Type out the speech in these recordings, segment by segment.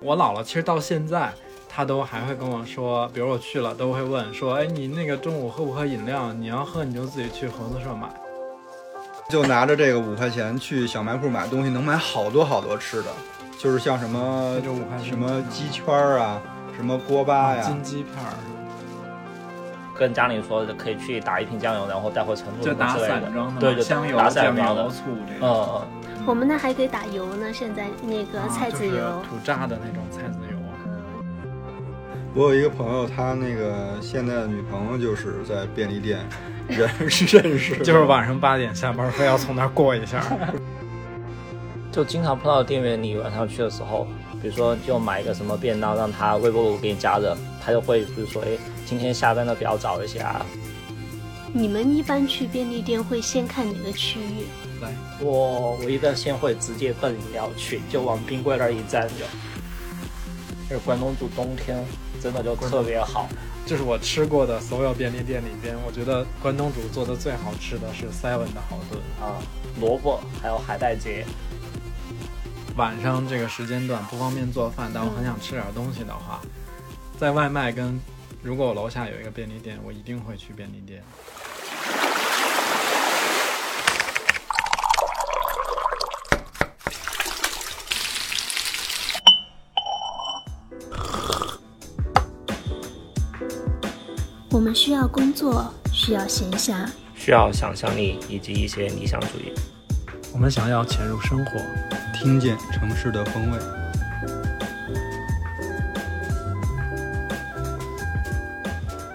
我姥姥其实到现在，她都还会跟我说，比如我去了，都会问说，哎，你那个中午喝不喝饮料？你要喝你就自己去合作社买。就拿着这个五块钱去小卖铺买东西，能买好多好多吃的，就是像什么那就五块钱嗯什么鸡圈儿啊，什么锅巴呀、金鸡片儿，跟家里说可以去打一瓶酱油，然后带回成都就什么打之类散的。装的嘛，对对香油、打散酱装的油、醋这个。嗯嗯我们那还可以打油呢，现在那个啊菜籽就是油。土榨的那种菜籽油。我有一个朋友，他那个现在的女朋友就是在便利店认认识的， 就是晚上八点下班，非要从那儿过一下。 嗯，就经常碰到店员，你晚上去的时候，比如说就买一个什么便当，让他微波炉给你加热，他就会比如说，哎，今天下班的比较早一些啊。你们一般去便利店会先看哪个区域？来，我我一般先会直接奔饮料去，就往冰柜那儿一站就。这关东煮冬天真的就特别好，这是我吃过的所有便利店里边，我觉得关东煮做的最好吃的是 Seven 的好炖。啊、萝卜还有海带结，晚上这个时间段不方便做饭，但我很想吃点东西的话，在外卖跟如果我楼下有一个便利店，我一定会去便利店。我们需要工作，需要闲暇，需要想象力以及一些理想主义。我们想要潜入生活，听见城市的风味。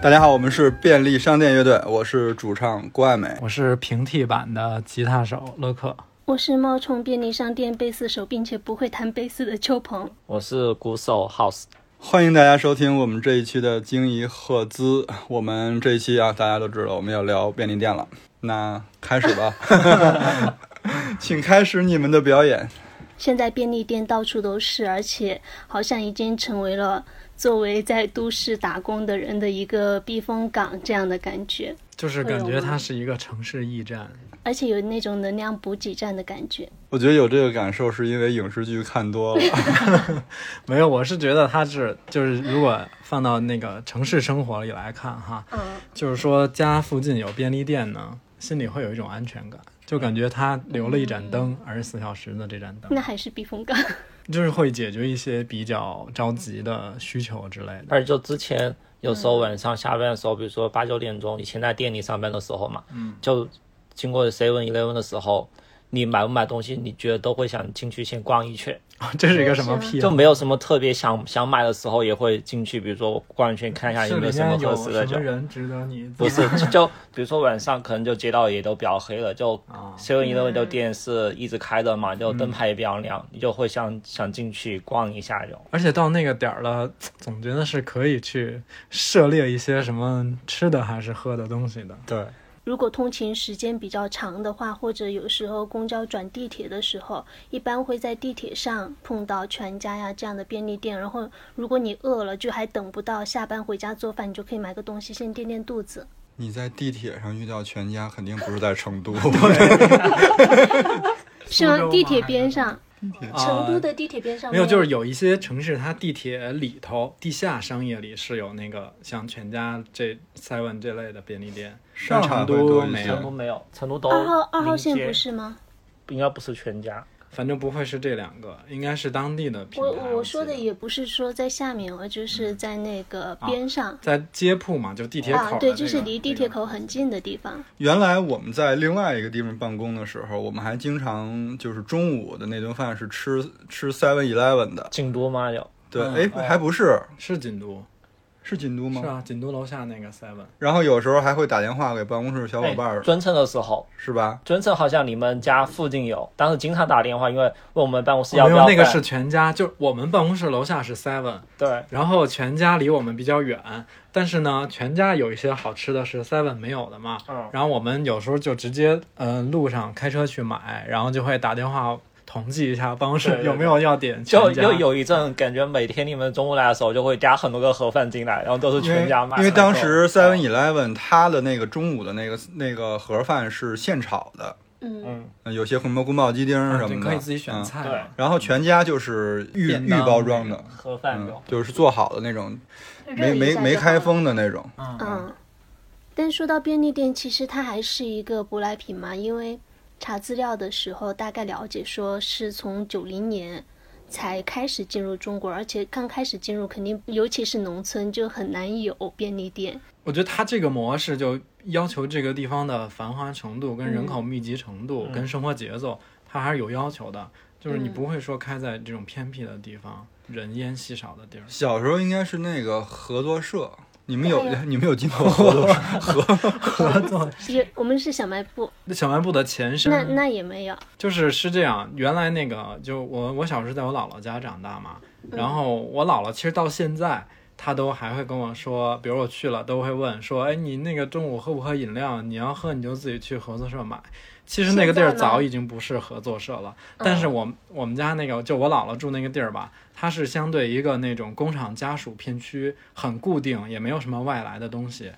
大家好，我们是便利商店乐队，我是主唱郭爱美。我是平替版的吉他手乐克。我是冒充便利商店贝斯手，并且不会弹贝斯的秋鹏。我是鼓手 House，欢迎大家收听我们这一期的惊疑赫兹。我们这一期啊，大家都知道我们要聊便利店了，那开始吧， 请开始你们的表演。现在便利店到处都是，而且好像已经成为了作为在都市打工的人的一个避风港这样的感觉，就是感觉它是一个城市驿站，而且有那种能量补给站的感觉。我觉得有这个感受是因为影视剧看多了，没有，我是觉得它是就是如果放到那个城市生活里来看哈，嗯，就是说家附近有便利店呢，心里会有一种安全感，就感觉它留了一盏灯，二十四小时的这盏灯，那还是避风港。就是会解决一些比较着急的需求之类的。 而且就之前有时候晚上下班的时候，比如说八九点钟，以前在店里上班的时候嘛，嗯，就经过 Seven Eleven 的时候，你买不买东西，你觉得都会想进去先逛一圈，这是一个什么啊癖就好？没有什么特别想想买的时候，也会进去，比如说逛一圈看一下有没有什么合适的就。人值得你？不是，就就比如说晚上可能就街道也都比较黑了，就啊 Seven Eleven 就店是一直开的嘛，就灯牌也比较亮，你就会想想进去逛一下就。而且到那个点儿了，总觉得是可以去涉猎一些什么吃的还是喝的东西的。对，如果通勤时间比较长的话，或者有时候公交转地铁的时候，一般会在地铁上碰到全家呀这样的便利店。然后，如果你饿了，就还等不到下班回家做饭，你就可以买个东西先垫垫肚子。你在地铁上遇到全家，肯定不是在成 都。苏州是吗？吗地铁边上，成都啊的地铁边上没有，就是有一些城市，它地铁里头、地下商业里是有那个像全家这、seven 这类的便利店，上海但成会都多一没些成有都，没有，成都都二号二号线临街不是吗？应该不是全家，反正不会是这两个，应该是当地的品牌。我我我说的记得也不是说在下面，我就是在那个边上在街铺嘛，就地铁口的那个、啊，对，就是离地铁那口很近的地方。原来我们在另外一个地方办公的时候，我们还经常就是中午的那顿饭是吃吃 Seven Eleven 的。京都吗？有对，嗯哎、哦还不是个是锦都，是锦都吗？是啊，锦都楼下那个 seven。然后有时候还会打电话给办公室小伙伴儿，哎尊称的时候，是吧？尊称好像你们家附近有，当时经常打电话，因为问我们办公哦室没要不有要那个办是全家，就我们办公室楼下是 seven，对，然后全家离我们比较远，但是呢，全家有一些好吃的是 seven 没有的嘛。嗯，然后我们有时候就直接，嗯、路上开车去买，然后就会打电话统计一下办公对室对对有没有要点全就家。又有一阵感觉，每天你们中午来的时候就会加很多个盒饭进来，然后都是因为全家卖的那因种。为当时嗯 Seven Eleven 它的那个中午的那个那个盒饭是现炒的，嗯，嗯，嗯有些什么宫保鸡丁儿什啊对么的，可以自己选嗯。菜对嘛。然后全家就是预便预当包装那的种，盒饭嗯表，就是做好的那种，没热一没下没就好开了封的那种。嗯，嗯，但说到便利店，其实它还是一个舶来品嘛，因为查资料的时候大概了解说是从九零年才开始进入中国，而且刚开始进入肯定，尤其是农村就很难有便利店。我觉得它这个模式就要求这个地方的繁华程度、跟人口密集程度、跟生活节奏，它还是有要求的。就是你不会说开在这种偏僻的地方、人烟稀少的地儿。小时候应该是那个合作社，你们有哎呀你们有经过合作社？也我们是小卖部，那小卖部的前身那那也没有，就是是这样，原来那个就我我小时候在我姥姥家长大嘛，嗯然后我姥姥其实到现在。她都还会跟我说，比如我去了，都会问说，哎，你那个中午喝不喝饮料？你要喝你就自己去合作社买。其实那个地儿现在呢嗯早已经不是合作社了，但是我们我们家那个就我姥姥住那个地儿吧，它是相对一个那种工厂家属片区，很固定，也没有什么外来的东西，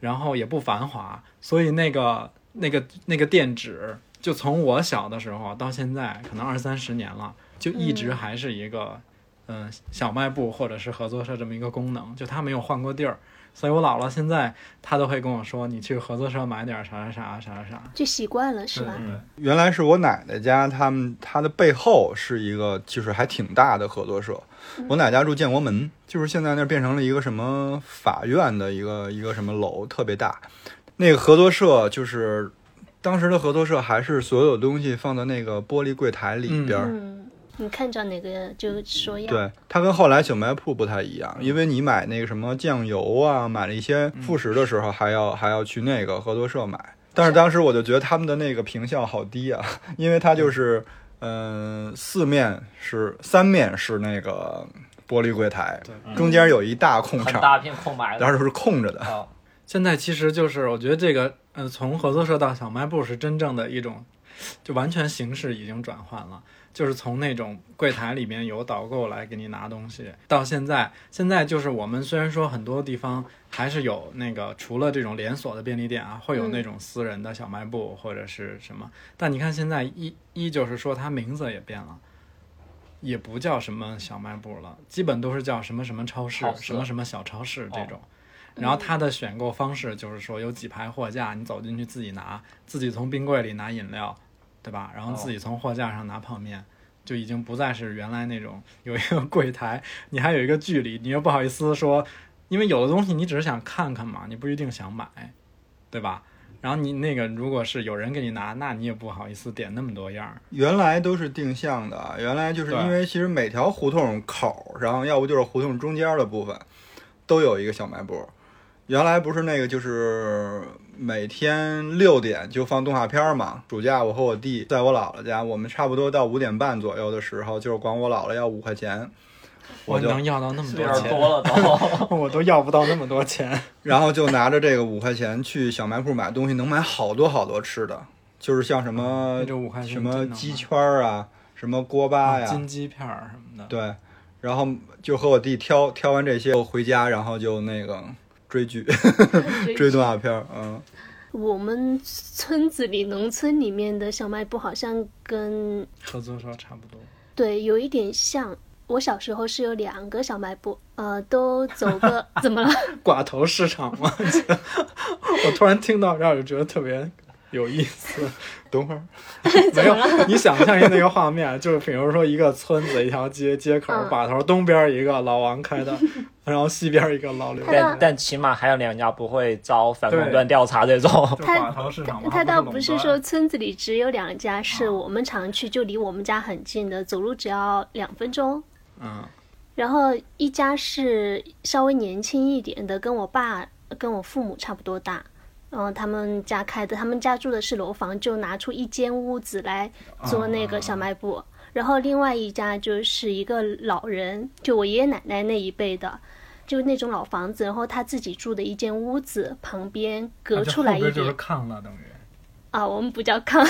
然后也不繁华，所以那个那个那个店址，就从我小的时候到现在，可能二三十年了，就一直还是一个嗯、小卖部或者是合作社这么一个功能，就它没有换过地儿。所以我姥姥现在她都会跟我说，你去合作社买点儿啥啥啥啥啥啥。就习惯了是吧？嗯原来是我奶奶家，他们她的背后是一个其实还挺大的合作社。我奶家住建国门，就是现在那儿变成了一个什么法院的一个一个什么楼，特别大。那个合作社就是当时的合作社，还是所有东西放到那个玻璃柜台里边儿。嗯，你看着哪个就说呀。对，它跟后来小卖铺不太一样，因为你买那个什么酱油啊，买了一些嗯副食的时候，还要还要去那个合作社买。但是当时我就觉得他们的那个评效好低啊， 因为它就是，嗯、四面是三面是那个玻璃柜台，对中间有一大嗯空很场，大片空白然的。后是空着的。啊，现在其实就是我觉得这个，呃，从合作社到小卖部是真正的一种，就完全形式已经转换了。就是从那种柜台里面有导购来给你拿东西，到现在，现在就是我们虽然说很多地方还是有那个除了这种连锁的便利店啊，会有那种私人的小卖部或者是什么，但你看现在一一就是说它名字也变了。也不叫什么小卖部了，基本都是叫什么什么超市超、市什么什么小超市这哦种。然后它的选购方式就是说有几排货架，你走进去自己拿，自己从冰柜里拿饮料，对吧？然后自己从货架上拿泡面，就已经不再是原来那种有一个柜台，你还有一个距离，你又不好意思说，因为有的东西你只是想看看嘛，你不一定想买，对吧？然后你那个如果是有人给你拿，那你也不好意思点那么多样儿。原来都是定向的啊，原来就是因为其实每条胡同口儿，然后要不就是胡同中间的部分，都有一个小卖部。原来不是那个，就是每天六点就放动画片儿嘛。暑假我和我弟在我姥姥家，我们差不多到五点半左右的时候，就是管我姥姥要五块钱，我我就能要到那么是 多有点钱，多了都。我都要不到那么多钱。然后就拿着这个五块钱去小卖部买东西，能买好多好多吃的，就是像什么那这五块钱呃什真么能鸡买圈儿啊，什么锅巴呀，啊金鸡片儿什么的。对，然后就和我弟挑挑完这些我回家，然后就那个追剧、 追动画片儿，嗯，我们村子里、农村里面的小卖部好像跟合作社差不多。对，有一点像。我小时候是有两个小卖部，呃，都走个 怎么了？ 寡头市场吗？ 我突然听到这儿就觉得特别有意思。等会 儿没有，你想象一下那个画面，就是比如说一个村子一条街街口嗯把头，东边一个老王开的，然后西边一个老刘开但的。但起码还有两家不会遭反垄对断调查这种。就他寡头市场嘛，他它倒垄不是断啊说村子里只有两家，是我们常去，就离我们家很近的，走路只要两分钟。嗯，然后一家是稍微年轻一点的，跟我爸跟我父母差不多大，然后他们家开的，他们家住的是楼房，就拿出一间屋子来做那个小卖部。然后另外一家就是一个老人，就我爷爷奶奶那一辈的，就那种老房子，然后他自己住的一间屋子旁边啊隔出来一点炕了，等于，啊我们不叫 炕，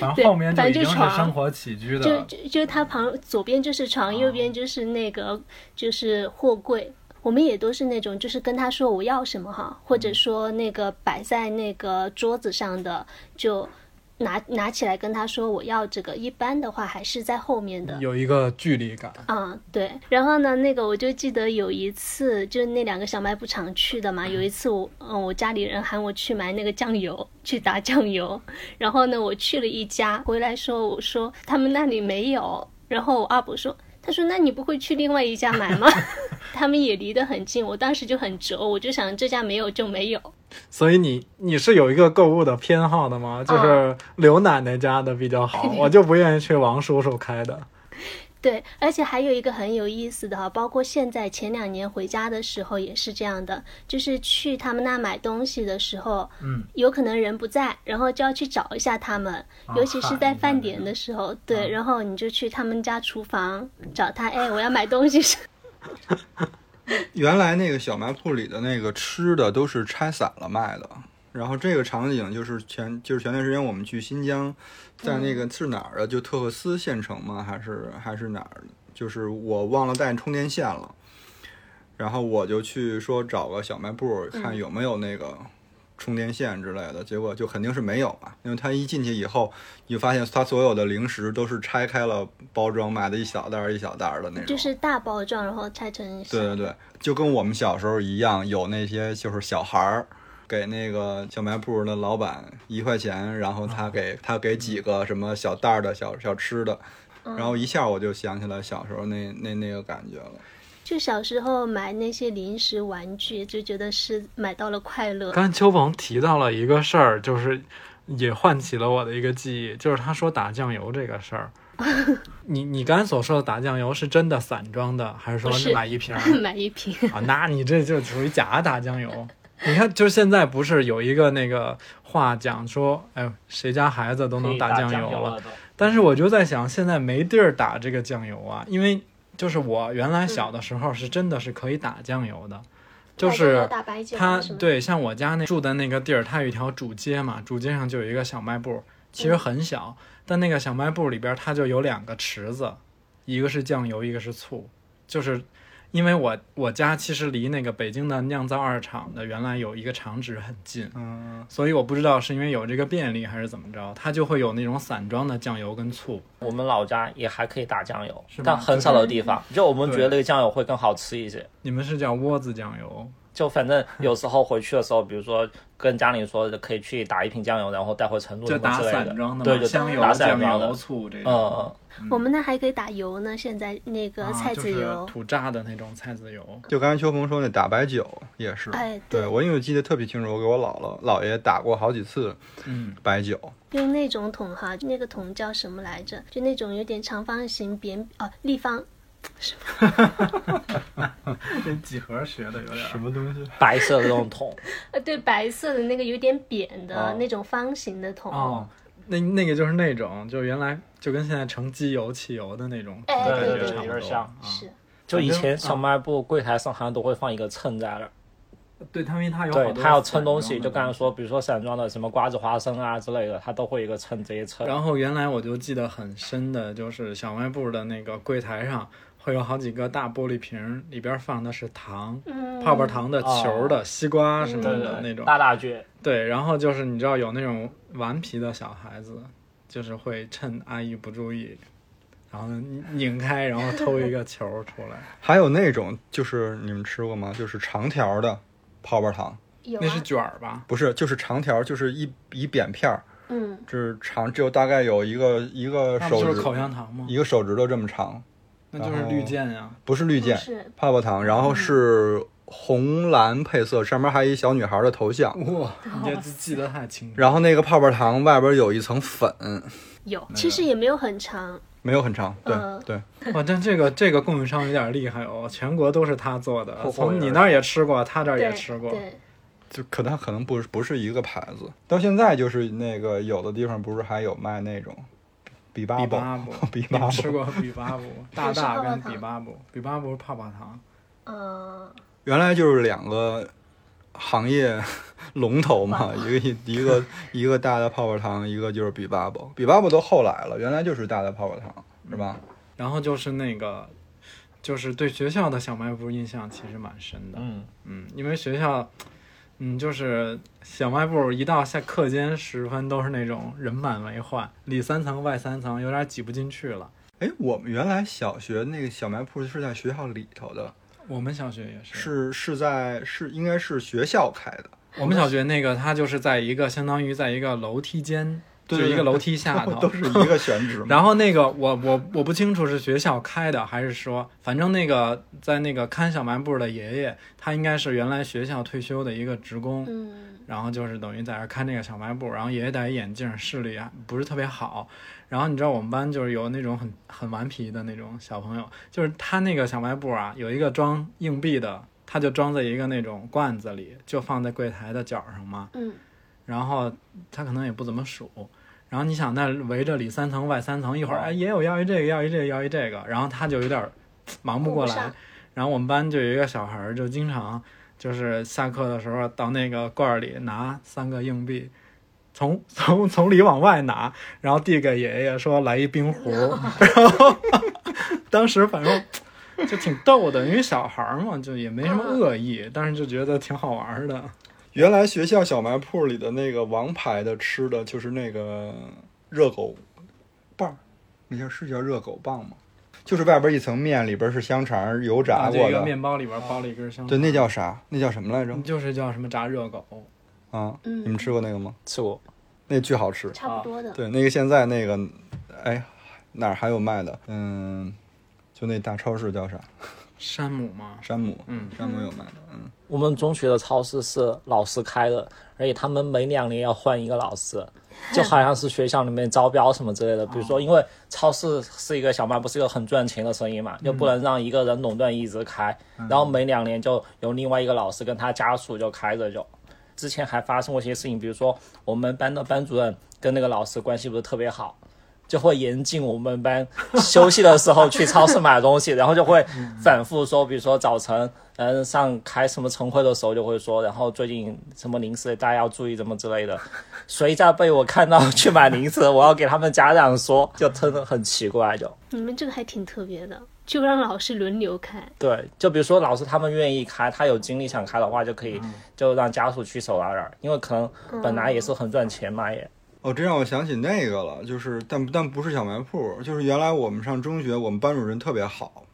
反对反正就床活起居就就就是它旁左边就是床，右边就是那个就是货柜。我们也都是那种，就是跟他说我要什么哈，或者说那个摆在那个桌子上的，就拿拿起来跟他说我要这个，一般的话还是在后面的。有一个距离感。嗯，对。然后呢，那个我就记得有一次，就是那两个小卖部常去的嘛。有一次我，嗯，我家里人喊我去买那个酱油，去打酱油。然后呢，我去了一家，回来说我说他们那里没有。然后我阿伯说，他说那你不会去另外一家买吗？ 他们也离得很近，我当时就很轴，我就想这家没有就没有。所以你你是有一个购物的偏好的啊吗？就是刘奶奶家的比较 好，我就不愿意去王叔叔开的。对，而且还有一个很有意思的哈，包括现在前两年回家的时候也是这样的，就是去他们那买东西的时候，嗯，有可能人不在，然后就要去找一下他们，啊尤其是在饭点的时候，对，嗯然后你就去他们家厨房找他，哎，我要买东西， 原来那个小卖铺里的那个吃的都是拆散了卖的，然后这个场景就是前就是前段时间我们去新疆，在那个是哪儿啊？就特克斯县城吗？还是还是哪儿？就是我忘了带充电线了，然后我就去说找个小卖部看有没有那个充电线之类的，结果就肯定是没有嘛，因为他一进去以后，你就发现他所有的零食都是拆开了包装卖的一小袋儿一小袋儿的那种，就是大包装，然后拆成对对对，就跟我们小时候一样，有那些就是小孩儿给那个小卖部的老板一块钱，然后他给他给几个什么小袋儿的小小吃的，然后一下我就想起来小时候那那那个感觉了。就小时候买那些零食玩具，就觉得是买到了快乐。刚才秋鹏提到了一个事儿，就是也唤起了我的一个记忆，就是他说打酱油这个 事儿。你你刚才所说的打酱油是真的散装的，还是说不是买一瓶儿？ 买一瓶， 啊，那你这就属于假打酱油。你看，就是现在不是有一个那个话讲说，哎呦，谁家孩子都能打酱油了。了都。但是我就在想，现在没地儿打这个酱油啊，因为就是我原来小的时候是真的是可以打酱油的，就买这是个大白酒啊它什么的对，像我家那住的那个地儿，它有一条主街嘛，主街上就有一个小卖部，其实很小，但那个小卖部里边它就有两个池子，一个是酱油，一个是醋，就是。因为我我家其实离那个北京的酿造二厂的原来有一个厂址很近，嗯，所以我不知道是因为有这个便利还是怎么着，它就会有那种散装的酱油跟醋。我们老家也还可以打酱油是吗，但很少的地方，就我们觉得对那个酱油会更好吃一些。你们是叫窝子酱油？就反正有时候回去的时候，比如说跟家里说可以去打一瓶酱油，然后带回成都就什么打之类散装的，的对，吗？就香油、打散酱装的油、。醋这嗯种。嗯，我们那还可以打油呢，现在那个啊菜籽油，就是土榨的那种菜籽油。就刚才秋鹏说那打白酒也是，哎对对我因为我记得特别清楚，我给我姥姥姥爷打过好几次嗯，白酒，用那种桶哈，那个桶叫什么来着？就那种有点长方形、扁哦立方，这几何学的有点么东西？白色的那种桶，呃对，白色的那个有点扁的、哦那种方形的桶。哦，那那个就是那种，就原来就跟现在盛机油、汽油的那种哎感对觉对差不有多。点像是，就以前小卖部柜台上好像都会放一个秤在那儿，啊，对，他们它有好对，多他要称东散西，装的就刚才说，比如说散装的什么瓜子、花生啊之类的，他都会有一个秤直接称。然后原来我就记得很深的，就是小卖部的那个柜台上会有好几个大玻璃瓶儿，里边儿放的是糖、嗯，泡泡糖的、球的、西瓜什么对的嗯对，那种。大大卷，对，然后就是你知道有那种顽皮的小孩子，就是会趁阿姨不注意，然后拧开，然后偷一个球儿出来。 还有那种就是你们吃过吗？就是长条的泡泡糖，有那是啊，卷儿吧？不是，就是长条，就是一一扁片儿，嗯，就是长，只有大概有一个一个那手不就是指，嗯口香糖吗？一个手指头这么长，那就是绿箭呀、不是绿不箭是，嗯泡泡糖，然后是红蓝配色，上面还有一小女孩的头嗯像，哇，你这记得太清楚。然后那个泡泡糖外边有一层粉，有，其实也没有很长，没有很长，对、嗯对， 哇，但这个这个供应商有点厉害哦，全国都是他做的，后后从院你儿那儿也吃过，他这儿对也吃过。对，就可它可能不是不是一个牌子，到现在就是那个有的地方不是还有卖那种比巴比卜，巴卜，比巴卜你 吃过比巴 卜，大是大泡泡跟糖比巴卜，比巴卜是泡泡糖。嗯、原来就是两个行业 龙头嘛，一个一个一个大的泡泡糖，一个就是比巴卜。比巴卜都后来了，原来就是大的泡泡糖，是吧？然后就是那个，就是对学校的小卖部印象其实蛮深的。嗯，嗯，因为学校嗯，就是小卖部一到下课间时分都是那种人满为患，里三层外三层，有点挤不进去了。哎，我们原来小学那个小卖铺是在学校里头的，我们小学也是，是是在是应该是学校开的，我们小学那个它就是在一个相当于在一个楼梯间，对就对一个对楼梯下头 都。是一个选址嘛。然后那个我我我不清楚是学校开的还是说，反正那个在那个看小卖部的爷爷，他应该是原来学校退休的一个职工，嗯，然后就是等于在那儿看那个小卖部，然后爷爷戴一眼镜，视力啊不是特别好。然后你知道我们班就是有那种很很顽皮的那种小朋友，就是他那个小卖部啊，有一个装硬币的，他就装在一个那种罐子里，就放在柜台的角上嘛。嗯。然后他可能也不怎么数，然后你想那围着里三层外三层，一哦会儿哎也有要一这个要一这个要一这个，然后他就有点儿嘖忙不过顾不来上。然后我们班就有一个小孩儿，就经常就是下课的时候到那个罐儿里拿三个硬币，从从从里往外拿，然后递给爷爷说来一冰 壶，然后 当时反正。嘖就挺逗的，因为小孩儿嘛，就也没什么嗯恶意，但是就觉得挺好玩儿的。原来学校小卖铺里的那个王牌的吃的就是那个热狗棒儿，你叫是叫热狗棒吗？就是外边一层面，里边是香肠油炸啊，就过一个的。面包里边包了一根香肠。对，那叫啥？那叫什么来着？就是叫什么炸热狗，啊，嗯你们啊吃过那个吗？吃过。那巨好吃。差不多的。对，那个现在那个，哎，哪儿还有卖的？嗯，就那大超市叫啥？山姆吗？山姆，嗯，山姆有卖的。嗯，我们中学的超市是老师开的，而且他们每两年要换一个老师，就好像是学校里面招标什么之类的。比如说，因为超市是一个小卖部，是一个很赚钱的生意嘛，就不能让一个人垄断一直开。然后每两年就有另外一个老师跟他家属就开着就。之前还发生过一些事情，比如说我们班的班主任跟那个老师关系不是特别好，就会严禁我们班休息的时候去超市买东西，然后就会反复说，比如说早晨，嗯，上开什么晨会的时候就会说，然后最近什么零食大家要注意什么之类的。谁在被我看到去买零食，我要给他们家长说，就真的很奇怪就。你们这个还挺特别的，就让老师轮流开。对，就比如说老师他们愿意开，他有精力想开的话，就可以就让家属去手拉人，因为可能本来也是很赚钱嘛也。哦，这让我想起那个了，就是但但不是小卖铺，就是原来我们上中学，我们班主任特别好，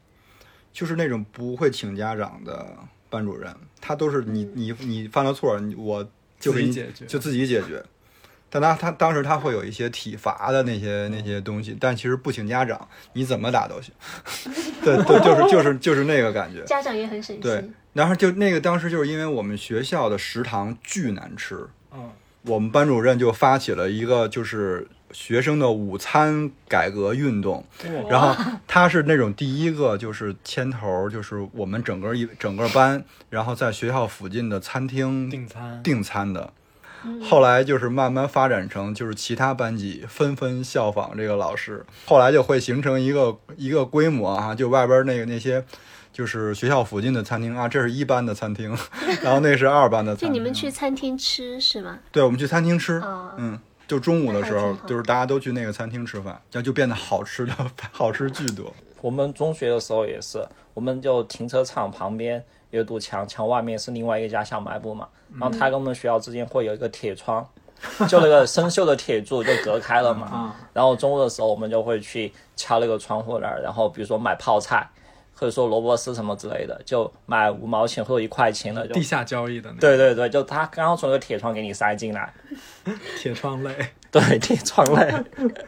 就是那种不会请家长的班主任，他都是你你你犯了错，你我就给自己你解决就自己解决。但他他当时他会有一些体罚的那些那些东西，但其实不请家长，你怎么打都行。对对，就是就是就是那个感觉。家长也很生对气。，然后就那个当时就是因为我们学校的食堂巨难吃，嗯，我们班主任就发起了一个就是学生的午餐改革运动，哇，然后他是那种第一个就是牵头，就是我们整个一整个班，然后在学校附近的餐厅订餐，嗯订餐的。后来就是慢慢发展成，就是其他班级纷纷效仿这个老师，后来就会形成一个一个规模啊，就外边那个那些，就是学校附近的餐厅啊，这是一班的餐厅， 然后那是二班的餐就厅。你们去餐厅吃是吗？对，我们去餐厅吃，啊嗯，就中午的时那还候挺，好就是大家都去那个餐厅吃饭，然后就变得好吃的 好吃巨多。我们中学的时候也是，我们就停车场旁边有堵墙，墙外面是另外一家小卖部嘛，然后它跟我们学校之间会有一个铁窗， 就那个生锈的铁柱就隔开了嘛。然后中午的时候我们就会去敲那个窗户那儿，然后比如说买泡菜，或者说萝卜丝什么之类的，就买五毛钱或者一块钱的就地。下交易的那个对对对，就他刚刚从那个铁窗给你塞进来，铁窗类，嗯对铁窗类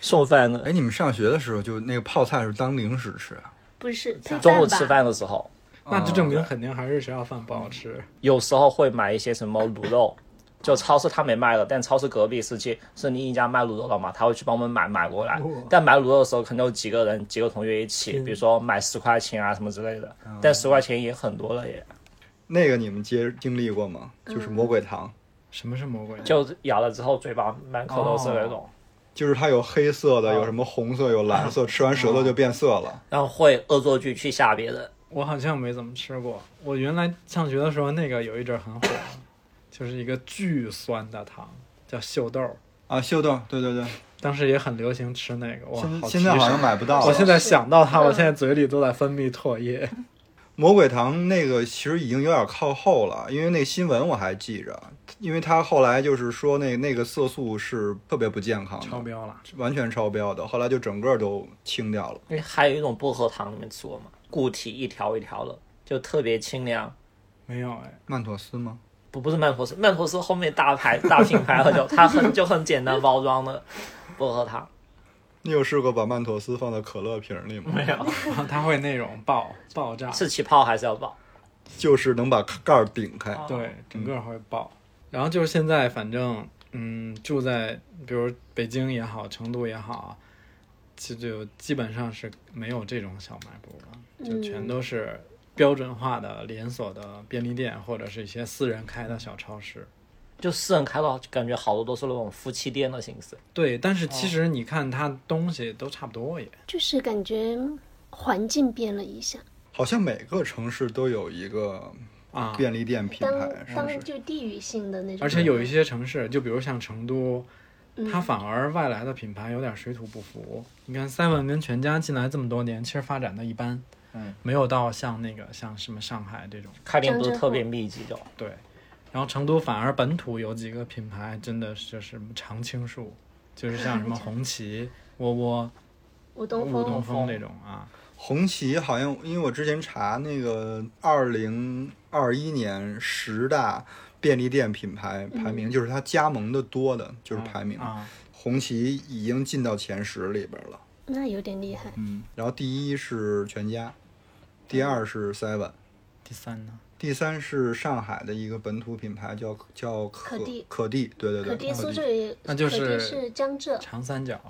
送饭的，哎，你们上学的时候就那个泡菜是当零食吃啊？不是，配中午吃吧。饭的时候。那就证明肯定还是学校饭不好吃。嗯有时候会买一些什么卤肉，就超市他没卖的，但超市隔壁是街是另一家卖卤肉的嘛，他会去帮我们买买过来。但买卤肉的时候，可能有几个人几个同学一起，比如说买十块钱啊什么之类的，但十块钱也很多了耶，那个你们接经历过吗？就是魔鬼糖，什么是魔鬼？就咬了之后嘴巴满口都是那种，就是它有黑色的，有什么红色，有蓝色，吃完舌头就变色了。然后会恶作剧去吓别人。我好像没怎么吃过。我原来上学的时候，那个有一阵儿很火，就是一个巨酸的糖，叫秀豆儿，啊，秀豆，对对对，当时也很流行吃那个。哇，现好现在好提神像买不到我了。现在想到它，我现在嘴里都在分泌唾液。魔鬼堂那个其实已经有点靠后了，因为那新闻我还记着，因为他后来就是说那那个色素是特别不健康的，超标了。完全超标的，后来就整个都清掉了。因为还有一种薄荷糖，你们吃过吗？固体一条一条的，就特别清凉。没有哎，曼妥思吗？不不是曼陀斯，曼陀斯后面大牌大品牌了，就它很就很简单包装的薄荷糖，你有试过把曼妥思放在可乐瓶里吗？没有然后它会那种爆爆炸，是起泡还是要爆？就是能把盖儿顶开。对，整个会爆。然后就是现在，反正嗯，住在比如北京也好，成都也好啊，就就基本上是没有这种小卖部了，就全都是标准化的连锁的便利店或者是一些私人开的小超市。就私人开的，感觉好多都是那种夫妻店的形式。对，但是其实你看它东西都差不多也，就是感觉环境变了一下。好像每个城市都有一个啊便利店品当牌，是不当是？就地域性的那种，而且有一些城市，就比如像成都，它反而外来的品牌有点水土不服。你看 Seven 跟全家进来这么多年，其实发展的一般，嗯，没有到像那个像什么上海这种，开店不是特别密集就，对。然后成都反而本土有几个品牌，真的是就是常青树，就是像什么红旗、窝窝、吴东雾东风，风这种啊，红旗好像，因为我之前查那个二零二一年十大便利店品牌排名，就是它加盟的多的，就是排名，啊，红旗已经进到前十里边了。那有点厉害。嗯，然后第一是全家，第二是 seven。第三呢？第三是上海的一个本土品牌叫，叫可可地可地，对对对，可地苏州也，那就可地是是江浙，长三角，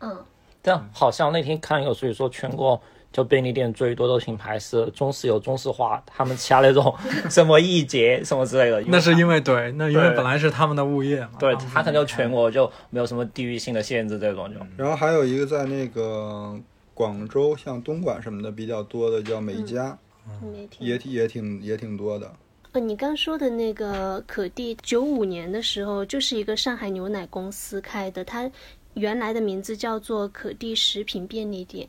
嗯，但好像那天看有所以说全国就便利店最多的品牌是中石油、中石化，他们其他那种什么易捷什么之类的， 那是为因为嗯对，那因为对本来是他们的物业嘛，对们它可能就全国就没有什么地域性的限制，这种嗯就然后还有一个在那个广州，像东莞什么的比较多的叫嗯美家，嗯没听。也挺也挺也挺多的。呃，你刚说的那个可地，九五年的时候就是一个上海牛奶公司开的，它原来的名字叫做可地食品便利店，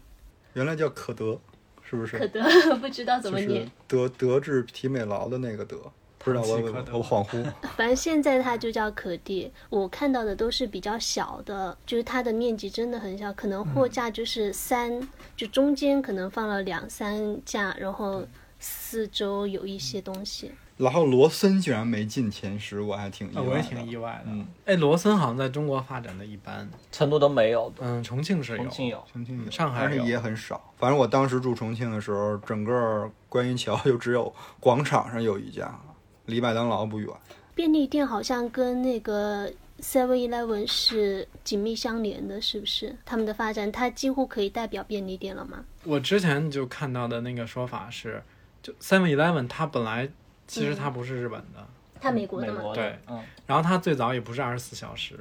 原来叫可德，是不是？德 不知道就怎么是念，德德智体美劳的那个德，不知道我唐吉诃德我我恍惚。反正现在它就叫可地。我看到的都是比较小的，就是它的面积真的很小，可能货架就是三，就中间可能放了两三架，然后四周有一些东西。然后罗森竟然没进前十，我还挺意啊外的。我也挺意外的嗯。哎，罗森好像在中国发展的一般，成都都没有，嗯，重庆是有，重庆有。重庆有，上海但是有也很少。反正我当时住重庆的时候，整个观音桥就只有广场上有一家，离麦当劳不远。便利店好像跟那个 Seven Eleven 是紧密相连的，是不是？他们的发展，它几乎可以代表便利店了嘛？我之前就看到的那个说法是，就 Seven Eleven 它本来其实它不是日本的，它美国美的嘛，国对的，嗯，然后它最早也不是二十四小时，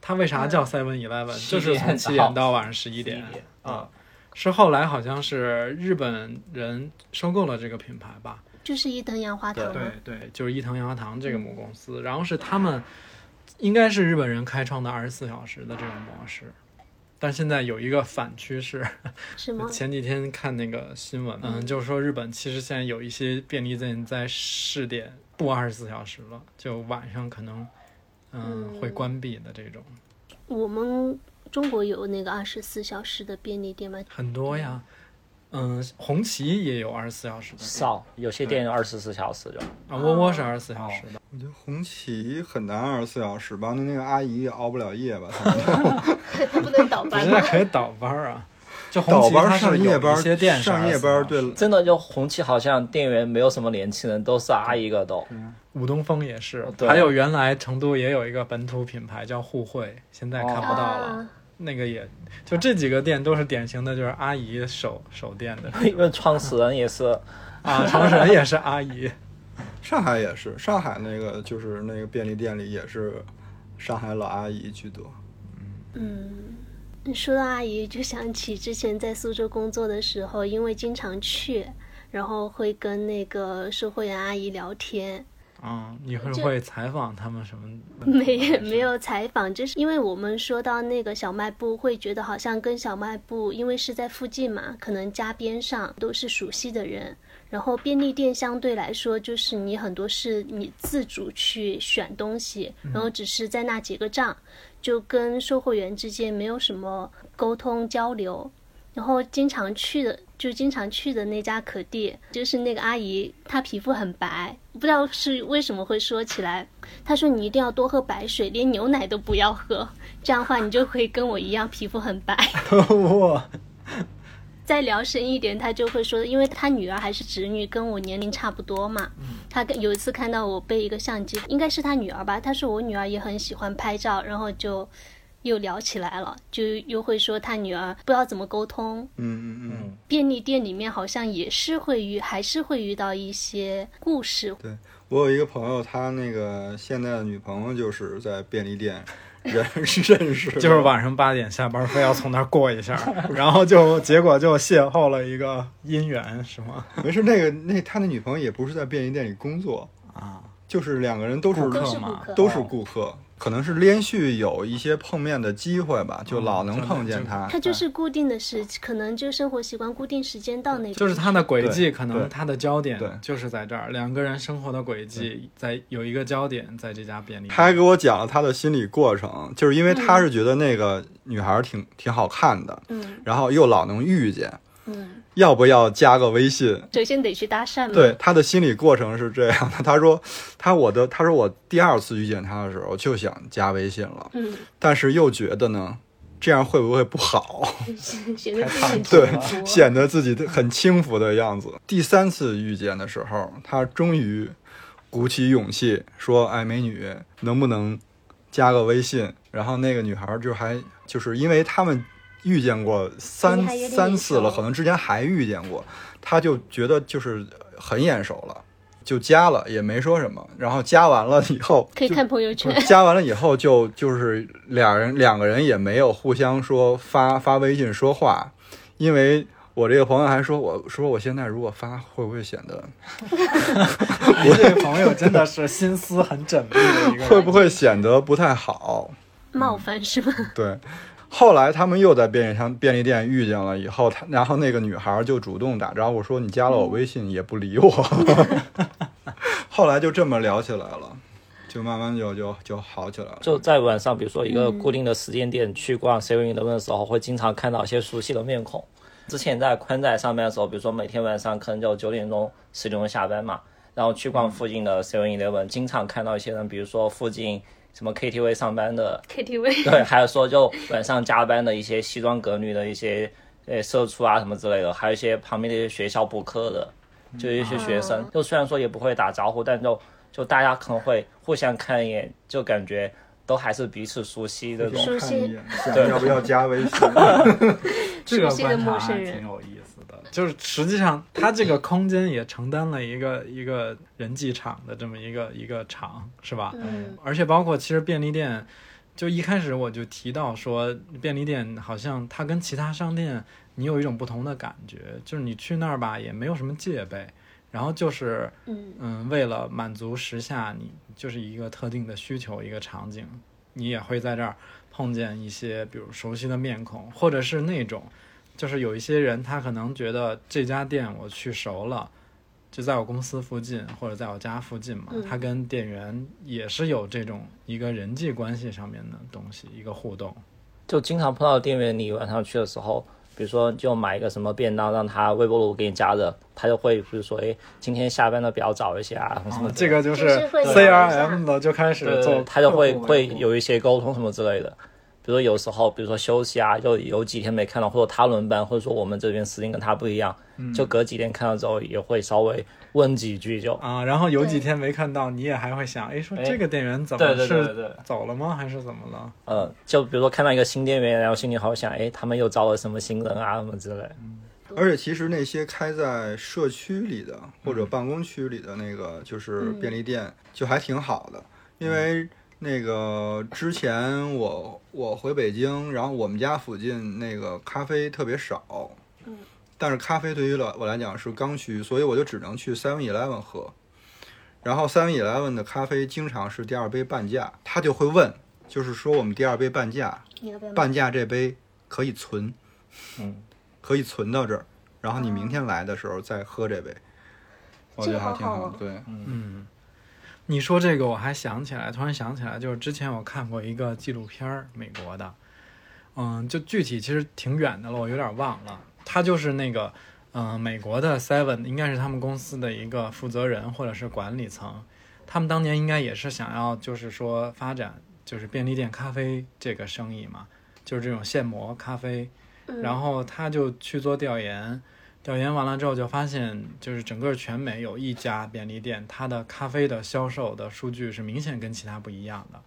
它为啥叫 Seven Eleven？ 11就是从七点到晚上十一点11点啊。是后来好像是日本人收购了这个品牌吧？就是伊藤洋华堂嘛。对对，就是伊藤洋华堂这个母公司，然后是他们应该是日本人开创的二十四小时的这种模式，但现在有一个反趋势，是吗？前几天看那个新闻，嗯，就是说日本其实现在有一些便利店在试点不二十四小时了，就晚上可能嗯、嗯会关闭的这种我们中国有那个二十四小时的便利店 吗？很多呀。嗯，红旗也有二十四小时的店少有些店二十四小时就。哦啊，窝窝是二十四小时的。我觉得红旗很难二十四小时吧，那那个阿姨也熬不了夜吧？ 他们 它不能倒我觉班得吗？可以倒班儿 啊，就红倒旗班它儿上是有夜班一些店儿，是上夜24班儿小时对的，真的就红旗好像店员没有什么年轻人，都是阿姨个都。武东风也是哦，对还有原来成都也有一个本土品牌叫互惠，现在看不到了。啊，那个也就这几个店都是典型的，就是阿姨手手店的 因为创始人也是啊，创始人也是阿 姨，上海也是，上海那个就是那个便利店里也是上海老阿姨居多。嗯。说到阿姨，就想起之前在苏州工作的时候，因为经常去，然后会跟那个售货员阿姨聊天，嗯，你会就会采访他们什么？没 没 有采访，就是因为我们说到那个小卖部，会觉得好像跟小卖部，因为是在附近嘛，可能家边上都是熟悉的人，然后便利店相对来说，就是你很多是你自主去选东西，然后只是在那结个账，就跟售货员之间没有什么沟通交流。然后经常去的，就经常去的那家可地，就是那个阿姨，她皮肤很白，不知道是为什么会说起来。她说你一定要多喝白水，连牛奶都不要喝，这样的话你就会跟我一样皮肤很白。 哇，再聊深一点，他就会说，因为他女儿还是侄女，跟我年龄差不多嘛。他跟有一次看到我背一个相机，应该是他女儿吧，他说我女儿也很喜欢拍照，然后就又聊起来了，就又会说他女儿不知道怎么沟通。嗯嗯嗯，便利店里面好像也是会遇，还是会遇到一些故事。对我有一个朋友，他那个现在的女朋友就是在便利店 认认识的，就是晚上八点下班，非要从那儿过一下，然后就结果就邂逅了一个姻缘，是吗？没事，那个那他的女朋友也不是在便利店里工作啊，就是两个人都是顾客都是顾嘛客，都是顾客，可能是连续有一些碰面的机会吧，就老能碰见他。他就是固定的时，可能就生活习惯固定时间到那种。就是他的轨迹，对可对能他的焦点对就是在这儿，两个人生活的轨迹在有一个焦点在这家便利他还店。给我讲了他的心理过程，就是因为他是觉得那个女孩儿挺挺好看的，嗯然后又老能遇见，嗯，要不要加个微信？首先得去搭讪嘛。对，他的心理过程是这样的。他说，他我的，他说我第二次遇见他的时候就想加微信了，嗯， 但是又觉得呢，这样会不会不好？显得自己很对成熟，显得自己很轻浮的样子。第三次遇见的时候，他终于鼓起勇气说：“哎，美女，能不能加个微信？”然后那个女孩儿就还就是因为他们遇见过因三为还有点三次了，眼熟可能之前还遇见过，他就觉得就是很眼熟了，就加了，也没说什么。然后加完了以后，可以看朋友不圈是。加完了以后就就是俩人两个人也没有互相说发发微信说话，因为我这个朋友还说我说我现在如果发会不会显得你这个朋友真的是心思很缜密的一个人，会不会显得不太好？冒犯是吗？对。后来他们又在便利商便利店遇见了以后，他然后那个女孩就主动打招呼说：“你加了我微信也不理我。 后来就这么聊起来了，就慢慢就就就好起来了。就在晚上，比如说一个固定的时间点去逛 Seven Eleven 的时候，会经常看到一些熟悉的面孔。之前在宽窄上班的时候，比如说每天晚上可能就九点钟、十点钟下班嘛，然后去逛附近的 Seven Eleven，经常看到一些人，比如说附近什么 KTV 上班的， KTV 对，还有说就晚上加班的一些西装革履的一些呃社畜啊什么之类的，还有一些旁边的一些学校补课的，就一些学生，就虽然说也不会打招呼，但就就大家可能会互相看一眼，就感觉都还是彼此熟悉这种。熟看一悉眼，想要不要加微信？这个熟悉的观察陌生还人挺有意思的，就是实际上它这个空间也承担了一个一个人际场的这么一个一个场，是啊吧？嗯，而且包括其实便利店，就一开始我就提到说，便利店好像它跟其他商店你有一种不同的感觉，就是你去那儿吧也没有什么戒备，然后就是嗯为了满足时下你就是一个特定的需求一个场景，你也会在这儿碰见一些比如熟悉的面孔，或者是那种就是有一些人他可能觉得这家店我去熟了。就在我公司附近或者在我家附近嘛，嗯他跟店员也是有这种一个人际关系上面的东西，一个互动。就经常碰到店员，你晚上去的时候，比如说就买一个什么便当，让他微波炉给你加热，他就会比如说，哎，今天下班的比较早一些啊，什么什么之类这个的、就就是是会 CRM 的就开始对，做，他就会会有一些沟通什么之类的。比如说有时候，比如说休息啊，就有几天没看到，或者他轮班，或者说我们这边时间跟他不一样，就隔几天看到之后，也会稍微问几句就。啊，然后有几对天没看到，你也还会想，哎，说哎这个店员怎对么对对对是对，走了吗？还是怎么了？呃，就比如说看到一个新店员，然后心里好想，哎，他们又招了什么新人啊，什么之类的。而且其实那些开在社区里的或者办公区里的那个就是便利店，就还挺好的，因为那个之前我我回北京，然后我们家附近那个咖啡特别少，嗯，但是咖啡对于我我来讲是刚需，所以我就只能去 Seven Eleven 喝。然后 Seven Eleven 的咖啡经常是第二杯半价，他就会问，就是说我们第二杯半价，你要不要买？半价这杯可以存，嗯， 可以存到这儿，然后你明天来的时候再喝这杯。我觉得还挺啊这个好好好哦的。对，嗯，你说这个我还想起来，突然想起来，就是之前我看过一个纪录片儿，美国的，嗯，就具体其实挺远的了，我有点忘了。他就是那个，嗯、美国的 Seven 应该是他们公司的一个负责人或者是管理层，他们当年应该也是想要就是说发展就是便利店咖啡这个生意嘛，就是这种现磨咖啡，然后他就去做调研，调研完了之后就发现，就是整个全美有一家便利店，它的咖啡的销售的数据是明显跟其他不一样的，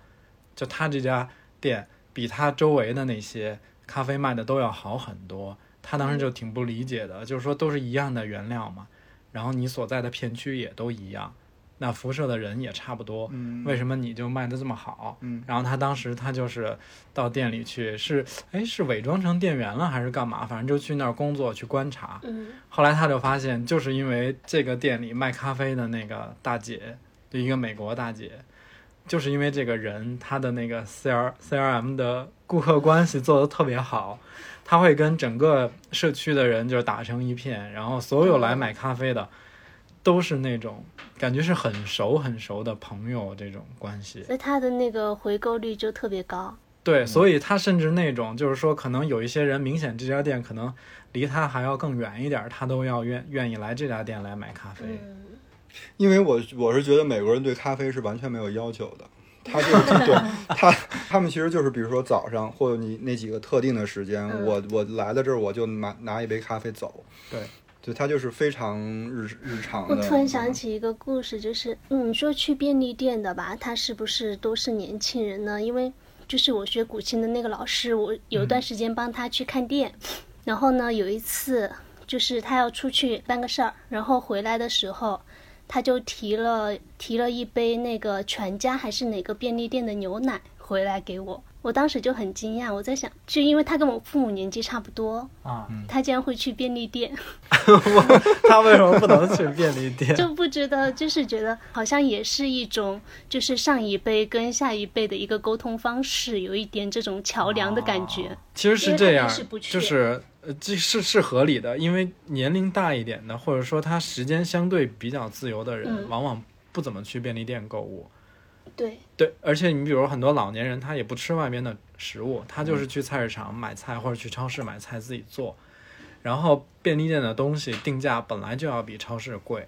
就他这家店比他周围的那些咖啡卖的都要好很多。他嗯当时就挺不理解的，就是说都是一样的原料嘛，然后你所在的片区也都一样，那辐射的人也差不多，嗯为什么你就卖的这么好？嗯然后他当时他就是到店里去，是哎是伪装成店员了还是干嘛？反正就去那儿工作去观察。嗯后来他就发现，就是因为这个店里卖咖啡的那个大姐，就一个美国大姐，就是因为这个人她的那个 C R C R M 的顾客关系做得特别好，他会跟整个社区的人就是打成一片，然后所有来买咖啡的都是那种感觉是很熟很熟的朋友这种关系。所以它的那个回购率就特别高。对，所以他甚至那种就是说，可能有一些人明显这家店可能离他还要更远一点儿，他都要愿愿意来这家店来买咖啡。嗯，因为我我是觉得美国人对咖啡是完全没有要求的，他就是对 他他们其实就是比如说早上或者你那几个特定的时间，嗯我我来到这儿我就拿拿一杯咖啡走，对，对他就是非常日日常我的。嗯突然想起一个故事，就是嗯你说去便利店的吧，他是不是都是年轻人呢？因为就是我学古琴的那个老师，我有一段时间帮他去看店，然后呢，有一次就是他要出去办个事儿，然后回来的时候。他就提了提了一杯那个全家还是哪个便利店的牛奶回来给我，我当时就很惊讶，我在想，就因为他跟我父母年纪差不多，啊，他竟然会去便利店，他为什么不能去便利 店？就不知道，就是觉得好像也是一种，就是上一辈跟下一辈的一个沟通方式，有一点这种桥梁的感觉。其实是这因为他样们是不，确就是呃，这是是合理的，因为年龄大一点的，或者说他时间相对比较自由的人，嗯往往不怎么去便利店购物。对，对，而且你比如很多老年人，他也不吃外面的食物，他就是嗯去菜市场买菜或者去超市买菜自己做。然后便利店的东西定价本来就要比超市贵，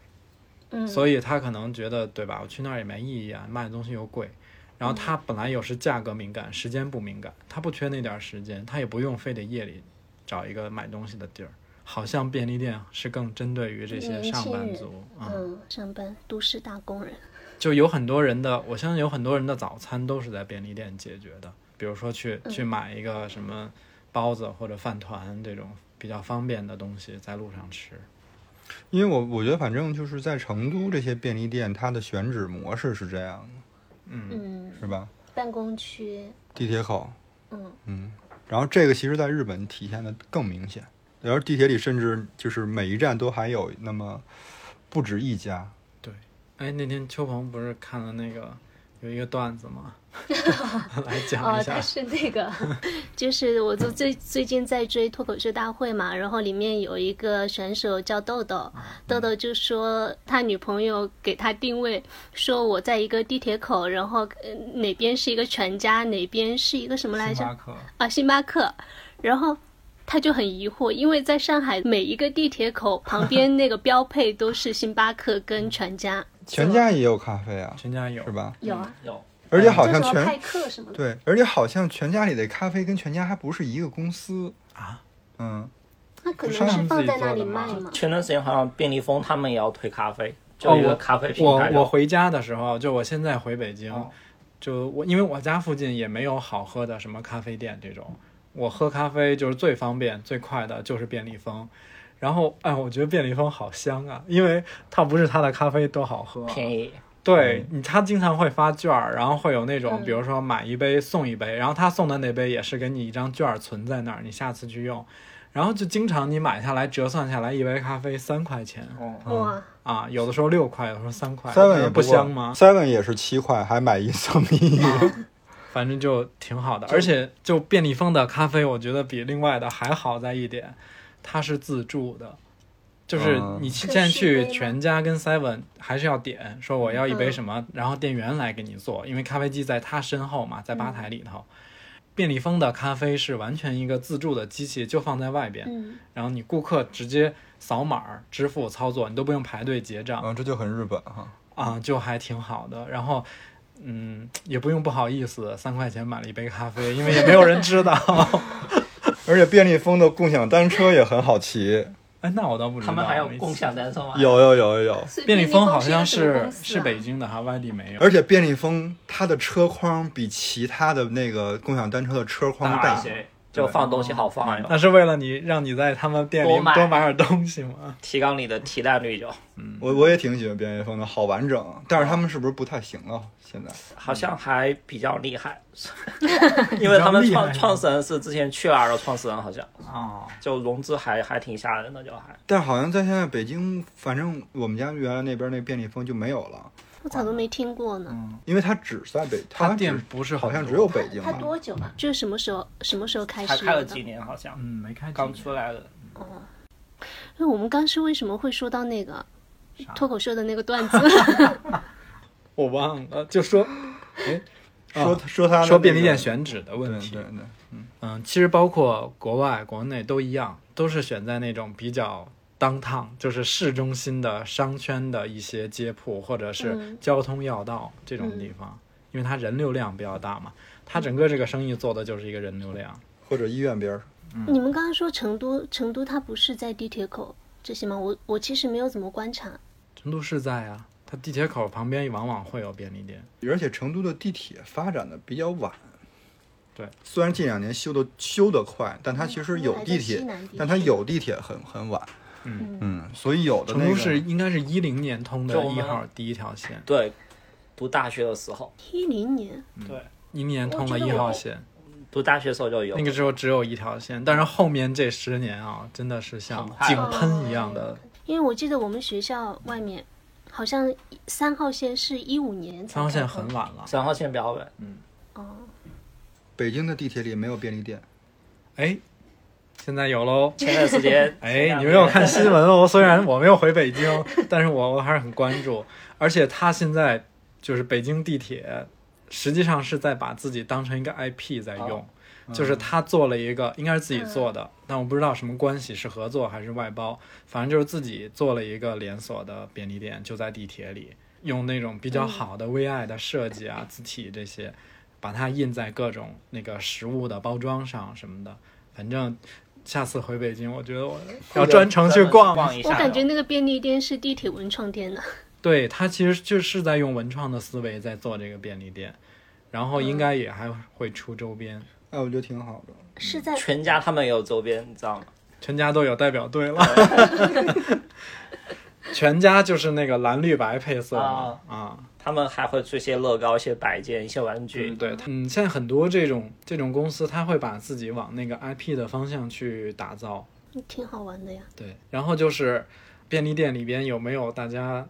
嗯，所以他可能觉得对吧，我去那儿也没意义啊，卖的东西又贵。然后他嗯本来有时价格敏感，时间不敏感，他不缺那点儿时间，他也不用非得夜里找一个买东西的地儿。好像便利店是更针对于这些年上轻班人族啊。嗯，上班都市大工人，就有很多人的，我相信有很多人的早餐都是在便利店解决的，比如说去嗯去买一个什么包子或者饭团这种比较方便的东西，在路上吃。因为我我觉得反正就是在成都这些便利店，它的选址模式是这样的，嗯，是吧？办公 区，地铁口，嗯然后这个其实在日本体现的更明显，然后地铁里甚至就是每一站都还有那么不止一家，哎，那天秋鹏不是看了那个有一个段子吗？ 来讲哦一，下他。是那 个，就是我就最最近在追脱口秀大会嘛，然后里面有一个选手叫豆豆，豆豆就说他女朋友给他定位，说我在一个地铁口，然后呃哪边是一个全家，哪边是一个什么来着星巴？克，啊，星巴克，然后。他就很疑惑，因为在上海每一个地铁口 旁边那个标配都是星巴克跟全家，全家也有咖啡啊，全家有是？吧？有啊，有，而且好嗯像叫什么派全克什么的，对，而且好像全家里的咖啡跟全家还不是一个公司啊，嗯，那可能不是他是们自放己在那做里的吗卖嘛。前段时间好像便利蜂他们也要推咖啡，就哦，一个我咖啡品我牌我的。回家的时候，就我现在回北京，哦就我因为我家附近也没有好喝的什么咖啡店这种，我喝咖啡就是最方便最快的就是便利蜂。然后，哎，我觉得便利蜂好香啊，因为它不是它的咖啡多好喝，便宜，嗯对你，它经常会发券儿，然后会有那种，嗯比如说买一杯送一杯，然后他送的那杯也是给你一张券儿存在那儿，你下次去用。然后就经常你买下来折算下来一杯咖啡三块钱哦，哇，啊，有的时候六块，有的时候三块 seven 也不香吗？啊？seven 也是七块，还买一送一，反正就挺好的，而且就便利蜂的咖啡，我觉得比另外的还好在一点，它是自助的，就是嗯你现在可以去试嗯杯吗全家跟 Seven 还是要点，说我要一杯什么，然后店员来给你做，因为咖啡机在他身后嘛，在吧台里头。便利蜂的咖啡是完全一个自助的机器，就放在外边，嗯，然后你顾客直接扫码儿支付操作，你都不用排队结账嗯，这就很日本哈。啊、就还挺好的。然后，嗯，也不用不好意思，三块钱买了一杯咖啡，因为也没有人知道。 而且便利蜂的共享单车也很好骑，哎，那我倒不知道。他们还有没共享单车吗？有有有有有。所以便利蜂好一个像什么是公司啊是北京的哈，外地没有。而且便利蜂它的车筐比其他的那个共享单车的车筐大大一，些，就放东西好放，那是为了你让你在他们店里多买多买点东西吗？提高你的提单率就。我我也挺喜欢便利蜂的，好完整。但是他们是不是不太行了？现在好像还比较 厉害，因为他们嗯比较厉创害创始人是之前去了的创始人，好像哦，就融资还还挺吓人的，就还但是好像在现在北京，反正我们家原来那边那便利蜂就没有了，我咋都没听过呢？嗯因为它只在北，它他店只不是很好像多只有北京它吧。多久啊？这什么时候什么时候开才始开了的？几年，好像嗯没开几刚年出来的。嗯那我们刚是为什么会说到那个啥脱口秀的那个段子？我忘了，就说说啊说它的说那便利个店选址的问对题对。对，嗯，其实包括国外、国内都一样，都是选在那种比较当趟，就是市中心的商圈的一些街铺或者是嗯交通要道这种地方，因为它人流量比较大嘛，它整个这个生意做的就是一个人流量。或者医院边儿。嗯 你们刚刚说成都，成都它不是在地铁口这些吗？我我其实没有怎么观察。成都市在啊，它地铁口旁边往往会有便利店。而且成都的地铁发展的比较晚。对，虽然近两年修的修得快，但它其实有地嗯还在西铁南地，区但它有地铁很很晚。嗯嗯，所以有的成那都个是应该是一零年通的就我们一号第一条线，对，读大学的时候，一零年，对，一年通了一号线，读大学的时候就有那个时候只有一条线，但是后面这十年啊，真的是像很快井喷一样的。因为我记得我们学校外面好像三号线是一五年才三号线开通很晚了，三号线标本，北京的地铁里没有便利店，哎，现在有喽。前段时间 哎，你们有看新闻哦？ 虽然我没有回北京， 但是我我还是很关注。而且他现在就是北京地铁，实际上是在把自己当成一个 IP 在用，就是他做了一个，应该是自己做的，但我不知道什么关系是合作还是外包，反正就是自己做了一个连锁的便利店，就在地铁里，用那种比较好的 VI 的设计啊、字体这些，把它印在各种那个食物的包装上什么的，反正。下次回北京，我觉得我要专程去逛逛一一下我的，感觉那个便利店是地铁文创店的，对，他其实就是在用文创的思维在做这个便利店，然后应该也还会出周边，哎，我觉得挺好的。是在全家他们也有周边，你知道吗？全家都有代表队了。 全家就是那个蓝绿白配色嘛，啊，他们还会出一些乐高、一些摆件、一些玩具嗯，，对，它嗯，现在很多这种这种公司，他会把自己往那个 IP 的方向去打造，挺好玩的呀。对，然后就是便利店里边有没有大家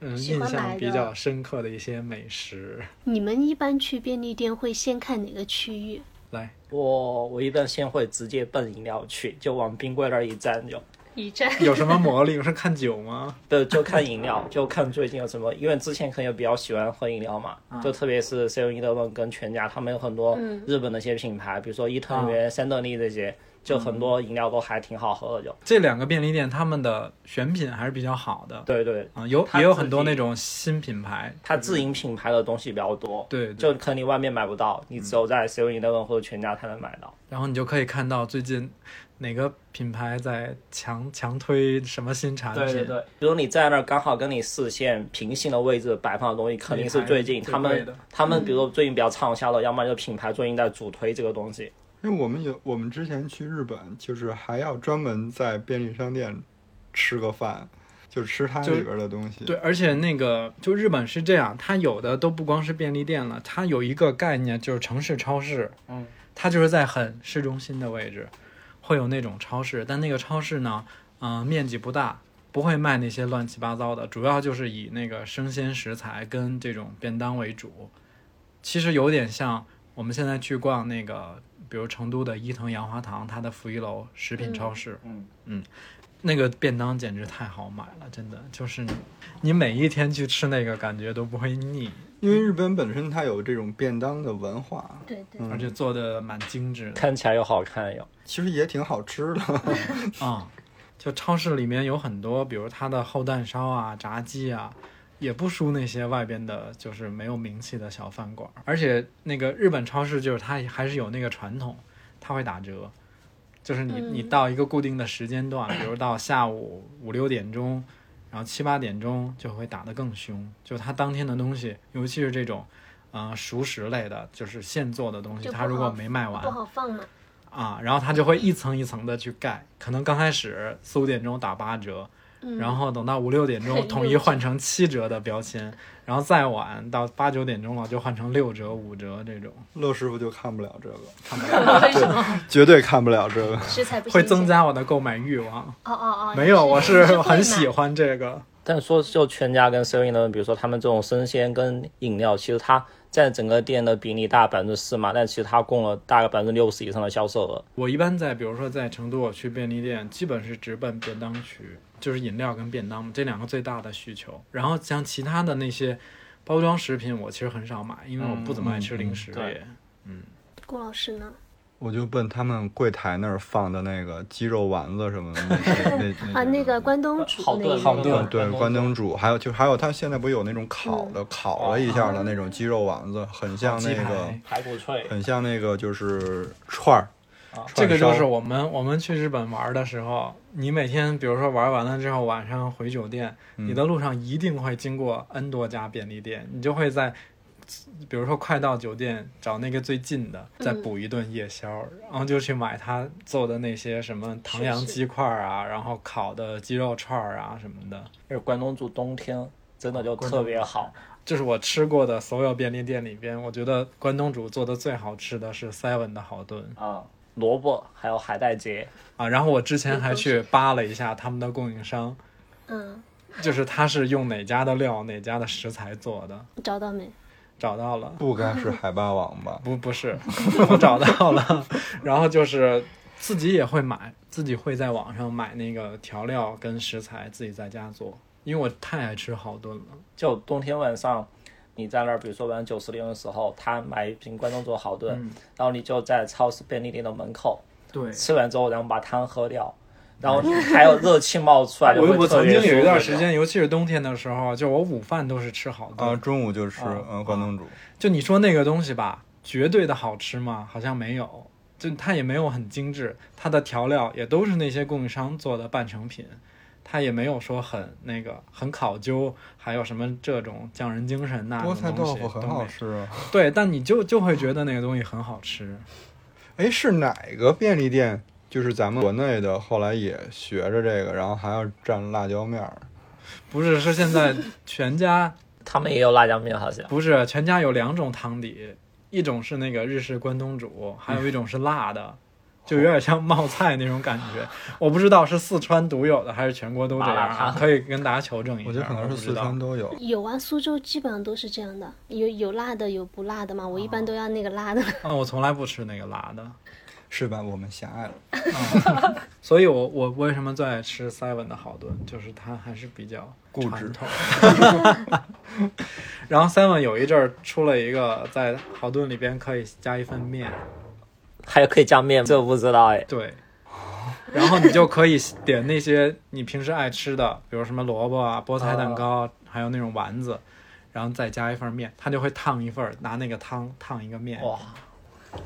嗯喜印欢买象的比较深刻的一些美食？你们一般去便利店会先看哪个区域？来，我我一般先会直接奔饮料区，就往冰柜那儿一站就，一站有什么魔力？是看酒吗？对，就看饮料，就看最近有什么，因为之前可能也比较喜欢喝饮料嘛，啊就特别是 Seven Eleven 跟全家，他们有很多日本的一些品牌，比如说伊啊藤园、三得利这些，就很多嗯饮料都还挺好喝的就，这两个便利店他们的选品还是比较好的，对对，啊，有他也有自很多己那种新品牌，它自营品牌的东西比较多，嗯对，嗯对就可能你外面买不到，你只有在 Seven Eleven 或者全家才能买到。然后你就可以看到最近哪个品牌在强强推什么新产品，对对对，比如你在那儿刚好跟你视线平行的位置摆放的东西，肯定是最品近牌他最贵们的嗯他们比如说最近比较畅销的，要么就品牌最近在主推这个东西。因为我们有我们之前去日本，就是还要专门在便利商店吃个饭，就吃它就里边的东西。对，而且那个就日本是这样，它有的都不光是便利店了，它有一个概念就是城市超市，嗯，它就是在很市中心的位置，会有那种超市，但那个超市呢，嗯、面积不大，不会卖那些乱七八糟的，主要就是以那个生鲜食材跟这种便当为主，其实有点像我们现在去逛那个，比如成都的伊藤洋华堂，它的负一楼食品超市，嗯嗯，那个便当简直太好买了，真的就是你你每一天去吃那个，感觉都不会腻，因为日本本身它有这种便当的文化， 对对，而且做的蛮精致的看起来又好看又。其实也挺好吃 的。啊、就超市里面有很多，比如它的厚蛋烧啊、炸鸡啊，也不输那些外边的，就是没有名气的小饭馆儿。而且那个日本超市就是它还是有那个传统，它会打折，就是你你嗯到一个固定的时间段，比如到下午五六点钟，然后七八点钟就会打得更凶。就它当天的东西，尤其是这种，呃，熟食类的，就是现做的东西，就不它如果好没卖完不，好放嘛。啊，然后它就会一层一层的去盖，可能刚开始四五点钟打八折，嗯，然后等到五六点六钟统一折换成七折的标签，然后再晚到八九点钟了就换成六折、五折这种，乐师傅就看不了这个， 为什么绝对看不了这个。 食材不会新增鲜？加我的购买欲望。哦哦哦，没有，我是很喜欢。欢这个，但说就全家跟 Seven 的，比如说他们这种生鲜跟饮料，其实它占整个店的比例大概百分之四嘛，但其实它供了大概百分之六十以上的销售额。我一般在比如说在成都，我去便利店基本是直奔便当区，就是饮料跟便当这两个最大的需求。然后像其他的那些包装食品，我其实很少买，因为我不怎么爱吃零食对也。郭老师呢？我就奔他们柜台那儿放的那个鸡肉丸子什么的，那那嗯 啊，那个关东煮好那炖一好类炖吗对关东煮，还有就还有他现在不有那种烤的、烤了一下的那种鸡肉丸子，很像嗯哦鸡那个排排骨脆很像那个就是串儿，这个串烧就是我们我们去日本玩的时候，你每天比如说玩完了之后，晚上回酒店，你嗯的路上一定会经过 N 多家便利店，你就会在，比如说快到酒店找那个最近的，再补一顿夜宵，然后就去买他做的那些什么唐扬鸡块啊，然后烤的鸡肉串儿啊什么的，因为关东煮冬天真的就特别好，这是我吃过的所有便利店里边，我觉得关东煮做的最好吃的是 Seven 的好炖。啊、萝卜还有海带结，啊，然后我之前还去扒了一下他们的供应商，嗯，就是他是用哪家的料、哪家的食材做的，找到没？找到了，不该是海霸王吧？不不是， 我找到了，然后就是自己也会买，自己会在网上买那个调料跟食材，自己在家做，因为我太爱吃好炖了。就冬天晚上。你在那儿，比如说晚上九十点的时候，他买一瓶关东煮好炖，然后你就在超市便利店的门口对，吃完之后，然后把汤喝掉，然 后还有热气冒出来，就我会我特曾别经有一段舒服时间，尤其是冬天的时候，就我午饭都是吃好哦炖，啊，中午就吃哦嗯关东煮，就你说那个东西吧，绝对的好吃吗？好像没有，就它也没有很精致，它的调料也都是那些供应商做的半成品，它也没有说很那个很考究，还有什么这种匠人精神呐、菠菜那种豆东西腐很好。都吃啊。没对，但你就就会觉得那个东西很好吃。哎，是哪个便利店？就是咱们国内的，后来也学着这个，然后还要蘸辣椒面儿。不是，是现在全家他们也有辣椒面，好像。不是全家有两种汤底，一种是那个日式关东煮，还有一种是辣的。就有点像冒菜那种感觉，我不知道是四川独有的还是全国都这样麻辣啊，烫可以跟大家求证一下。我觉得可能是不知四道川都有。有啊，苏州基本上都是这样的，有有辣的，有不辣的嘛。我一哦般都要那个辣的。嗯，我从来不吃那个辣的，是吧？我们狭隘了。所以我我为什么最爱吃 seven 的好炖，就是它还是比较固执传统。 然后 seven 有一阵儿出了一个在好炖里边可以加一份面，还有可以加面，这我不知道哎。对，然后你就可以点那些你平时爱吃的，比如什么萝卜啊、菠菜蛋糕，还有那种丸子，然后再加一份面，它就会烫一份儿，拿那个汤烫一个面。哇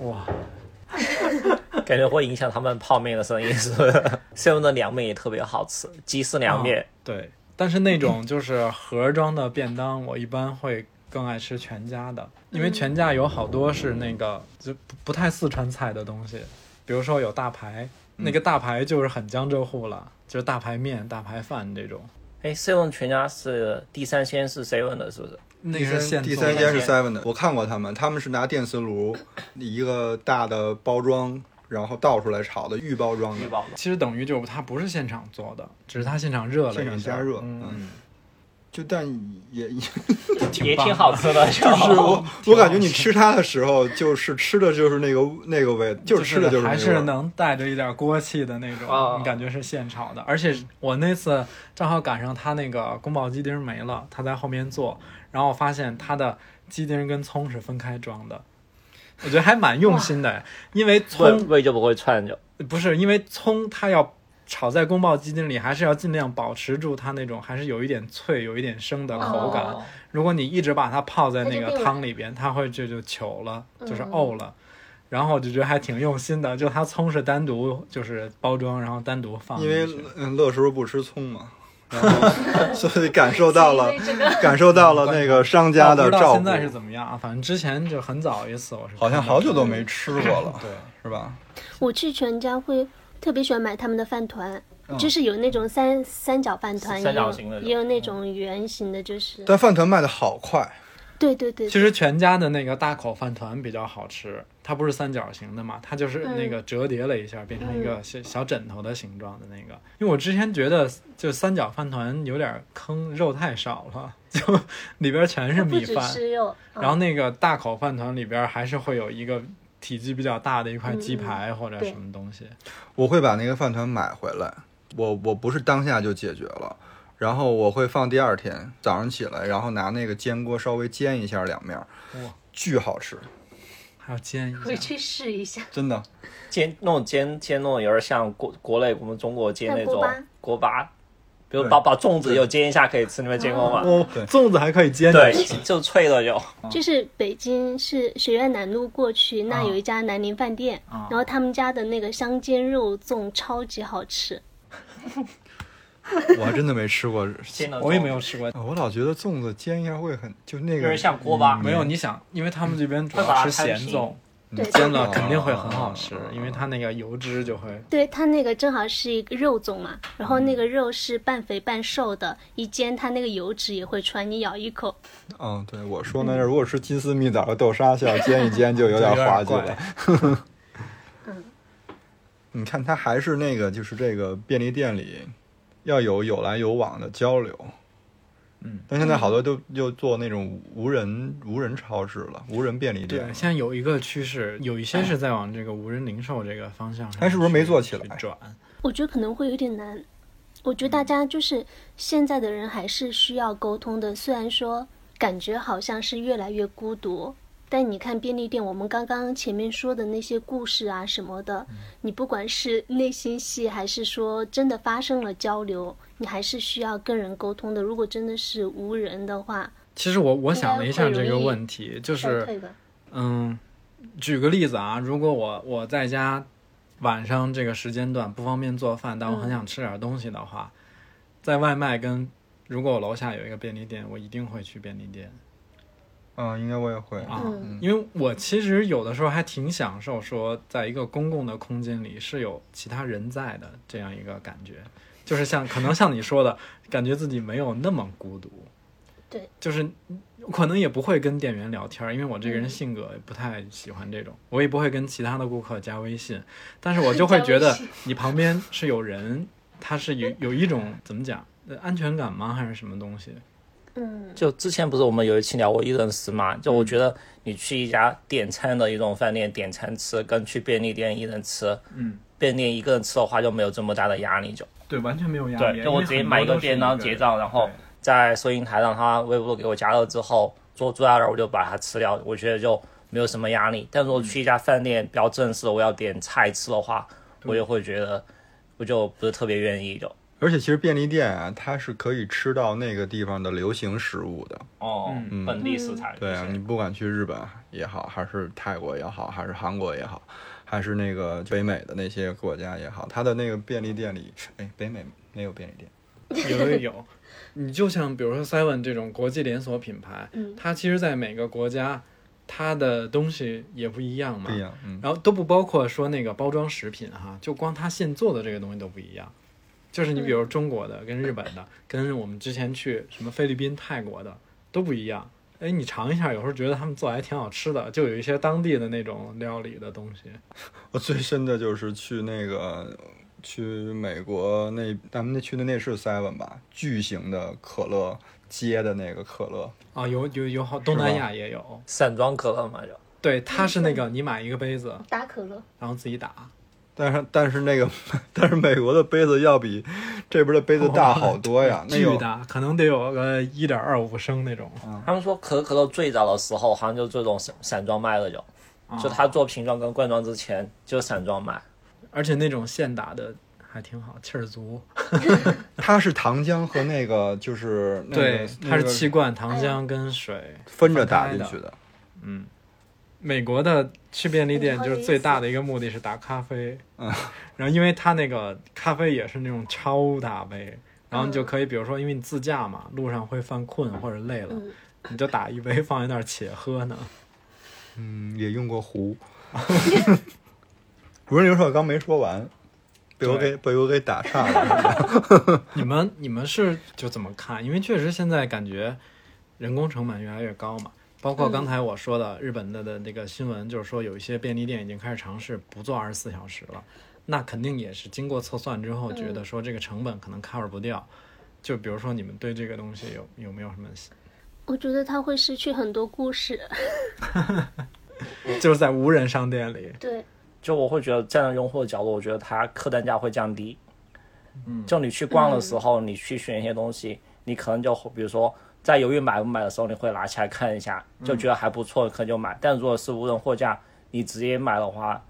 哇，感觉会影响他们泡面的生意，是不是？seven 的凉面也特别好吃，鸡丝凉面。对，但是那种就是盒装的便当，我一般会更爱吃全家的，因为全家有好多是那个就不不太四川菜的东西，比如说有大排，那个大排就是很江浙沪了，就是大排面、大排饭这种。哎，seven 全家是第三鲜是 seven 的，是不是？那第个是三现第做三的间是 Seven 的，我看过他们，他们是拿电磁炉一个大的包装，然后倒出来炒的，预包装的，宝其实等于就它不是现场做的，只是它现场热了现场一下加热。嗯，嗯，就但也 也也挺好吃的，就就是哦我我感觉你吃它的时候，就是吃的就是那个那个味，就是吃的就是那还个是味能带着一点锅气的那种，啊你感觉是现炒的。而且我那次正好赶上他那个宫保鸡丁没了，他在后面做，然后我发现他的鸡丁跟葱是分开装的，我觉得还蛮用心的，因为味葱味就不会串就。不是因为葱它要。炒在宫保鸡丁里，还是要尽量保持住它那种还是有一点脆、有一点生的口感。哦如果你一直把它泡在它那个就变汤里边，它会这就球了，就是嗯沤了。然后我就觉得还挺用心的，就它葱是单独就是包装，然后单独放因进为去。嗯，乐叔不吃葱 嘛，然后所以感受到了 因为这个感受到了那个商我家不的知道照现顾，在是怎么样啊？反正之前就很早一次，我是好像看到好久的都没吃过了，对。是吧？我去全家会特别喜欢买他们的饭团，嗯就是有那种三三角饭团，三也有角形那种也有那种圆形的，就是但饭团卖的好快，对对对，其实全家的那个大口饭团比较好吃，它不是三角形的嘛，它就是嗯那个折叠了一下，变成一个小小枕头的形状的那个。因为我之前觉得就三角饭团有点坑，肉太少了，就 里边全是它不米只饭，吃肉，嗯然后那个大口饭团里边还是会有一个体积比较大的一块鸡排或者嗯对什么东西。我会把那个饭团买回来，我我不是当下就解决了，然后我会放第二天早上起来，然后拿那个煎锅稍微煎一下两面儿哇，巨好吃，还要煎一下，回啊去试一下。真的。煎那种煎煎那种有点像国国内我们中国煎那种像锅巴锅巴，比如对把把粽子又煎一下可以吃，你们煎过吗？哦对粽子还可以煎对，就脆的就。嗯就是北京是学院南路过去，那有一家南宁饭店，嗯然后他们家的那个香煎肉粽超级好吃。我还真的没吃过， 煎的我也没有嗯吃过。我老觉得粽子煎一下会很就那有个点像锅巴，没有，你想，因为他们这边主会把要吃它咸摊平粽，对煎了了肯定会很好吃，因为它那个油脂就会。对它那个正好是一个肉粽嘛，然后嗯那个肉是半肥半瘦的，一煎它那个油脂也会穿，你咬一口，嗯，对，我说呢，如果吃金丝蜜枣和豆沙馅儿煎一煎，就 有点滑稽有点了。你看，它还是那个，就是这个便利店里要有有来有往的交流。嗯，但现在好多都又做那种无人无人超市了，无人便利对店，了。现在有一个趋势，有一些是在往这个无人零售这个方向上，它是不是没做起来转？我觉得可能会有点难。我觉得大家就是现在的人还是需要沟通的，虽然说感觉好像是越来越孤独，但你看便利店，我们刚刚前面说的那些故事啊什么的，嗯你不管是内心戏还是说真的发生了交流，你还是需要跟人沟通的。如果真的是无人的话，其实我我想了一下应该这会个容易问题，就衰是退吧。嗯，举个例子啊，如果我我在家晚上这个时间段不方便做饭，但我很想吃点东西的话，在外卖跟如果我楼下有一个便利店，我一定会去便利店嗯，应该我也会。啊，嗯因为我其实有的时候还挺享受说，在一个公共的空间里是有其他人在的这样一个感觉，就是像可能像你说的，感觉自己没有那么孤独。 对，就是可能也不会跟店员聊天儿，因为我这个嗯人性格不太喜欢这种，我也不会跟其他的顾客加微 信，但是我就会觉加得微信你旁边是有人，他是有有一种怎么讲呃安全感吗？还是什么东西？嗯，就之前不是我们有一期聊过一人食嘛？就我觉得你去一家点餐的一种饭店点餐吃，跟去便利店一人吃，嗯，便利店一个人吃的话就没有这么大的压力就。对，完全没有压力。对，就我直接买一个便当结账，然后在收银台让他微波炉给我加热之后，做做到了我就把它吃掉，我觉得就没有什么压力。但如果去一家饭店比较正式的，我要点菜吃的话，我就会觉得我就不是特别愿意就。而且其实便利店啊，它是可以吃到那个地方的流行食物的。哦，本地食材。对啊，你不管去日本也好，还是泰国也好，还是韩国也好，还是那个北美的那些国家也好，它的那个便利店里，哎，北美没有便利店，有有有。你就像比如说 Seven 这种国际连锁品牌，嗯它其实在每个国家，它的东西也不一样嘛。不一样。嗯，然后都不包括说那个包装食品哈，就光它现做的这个东西都不一样。就是你比如中国的跟日本的，跟我们之前去什么菲律宾、泰国的都不一样。哎，你尝一下，有时候觉得他们做得还挺好吃的，就有一些当地的那种料理的东西。我最深的就是去那个去美国那咱们那去的那是 Seven 吧，巨型的可乐接的那个可乐，啊，有有有好，东南亚也有，散装可乐嘛就。对，它是那个你买一个杯子，打可乐，然后自己打，但是但是那个 但是美国的杯子要比这边的杯子大好多呀，那巨有大，可能得有个一点二五升那种。他们说可口可乐最早的时候好像就这种散散装卖的就，啊就它做瓶装跟罐装之前就散装卖。而且那种现打的还挺好，气儿足。它是糖浆和那个就是那个对，它那是个气罐糖浆跟水。分着打进去的，美国的去便利店就是最大的一个目的是打咖啡，嗯，然后因为它那个咖啡也是那种超大杯，然后嗯你就可以，比如说因为你自驾嘛，路上会犯困或者累了，你就打一杯放在那儿且喝呢。嗯，也用 过壶。 不是刘少刚没说完，被我给被我给打岔了。你们你们是就怎么看？因为确实现在感觉人工成本越来越高嘛，包括刚才我说的日本的的那个新闻，就是说有一些便利店已经开始尝试不做二十四小时了，那肯定也是经过测算之后，觉得说这个成本可能 cover 不掉。就比如说你们对这个东西有有没有什么，我觉得它会失去很多故事。 就是在无人商店里，对，就我会觉得站在用户的角度，我觉得它客单价会降低。嗯，就你去逛的时候，你去选一些东西，你可能就比如说在犹豫买不买的时候，你会拿起来看一下，嗯就觉得还不错，可能就买。但如果是无人货架，你直接买的话，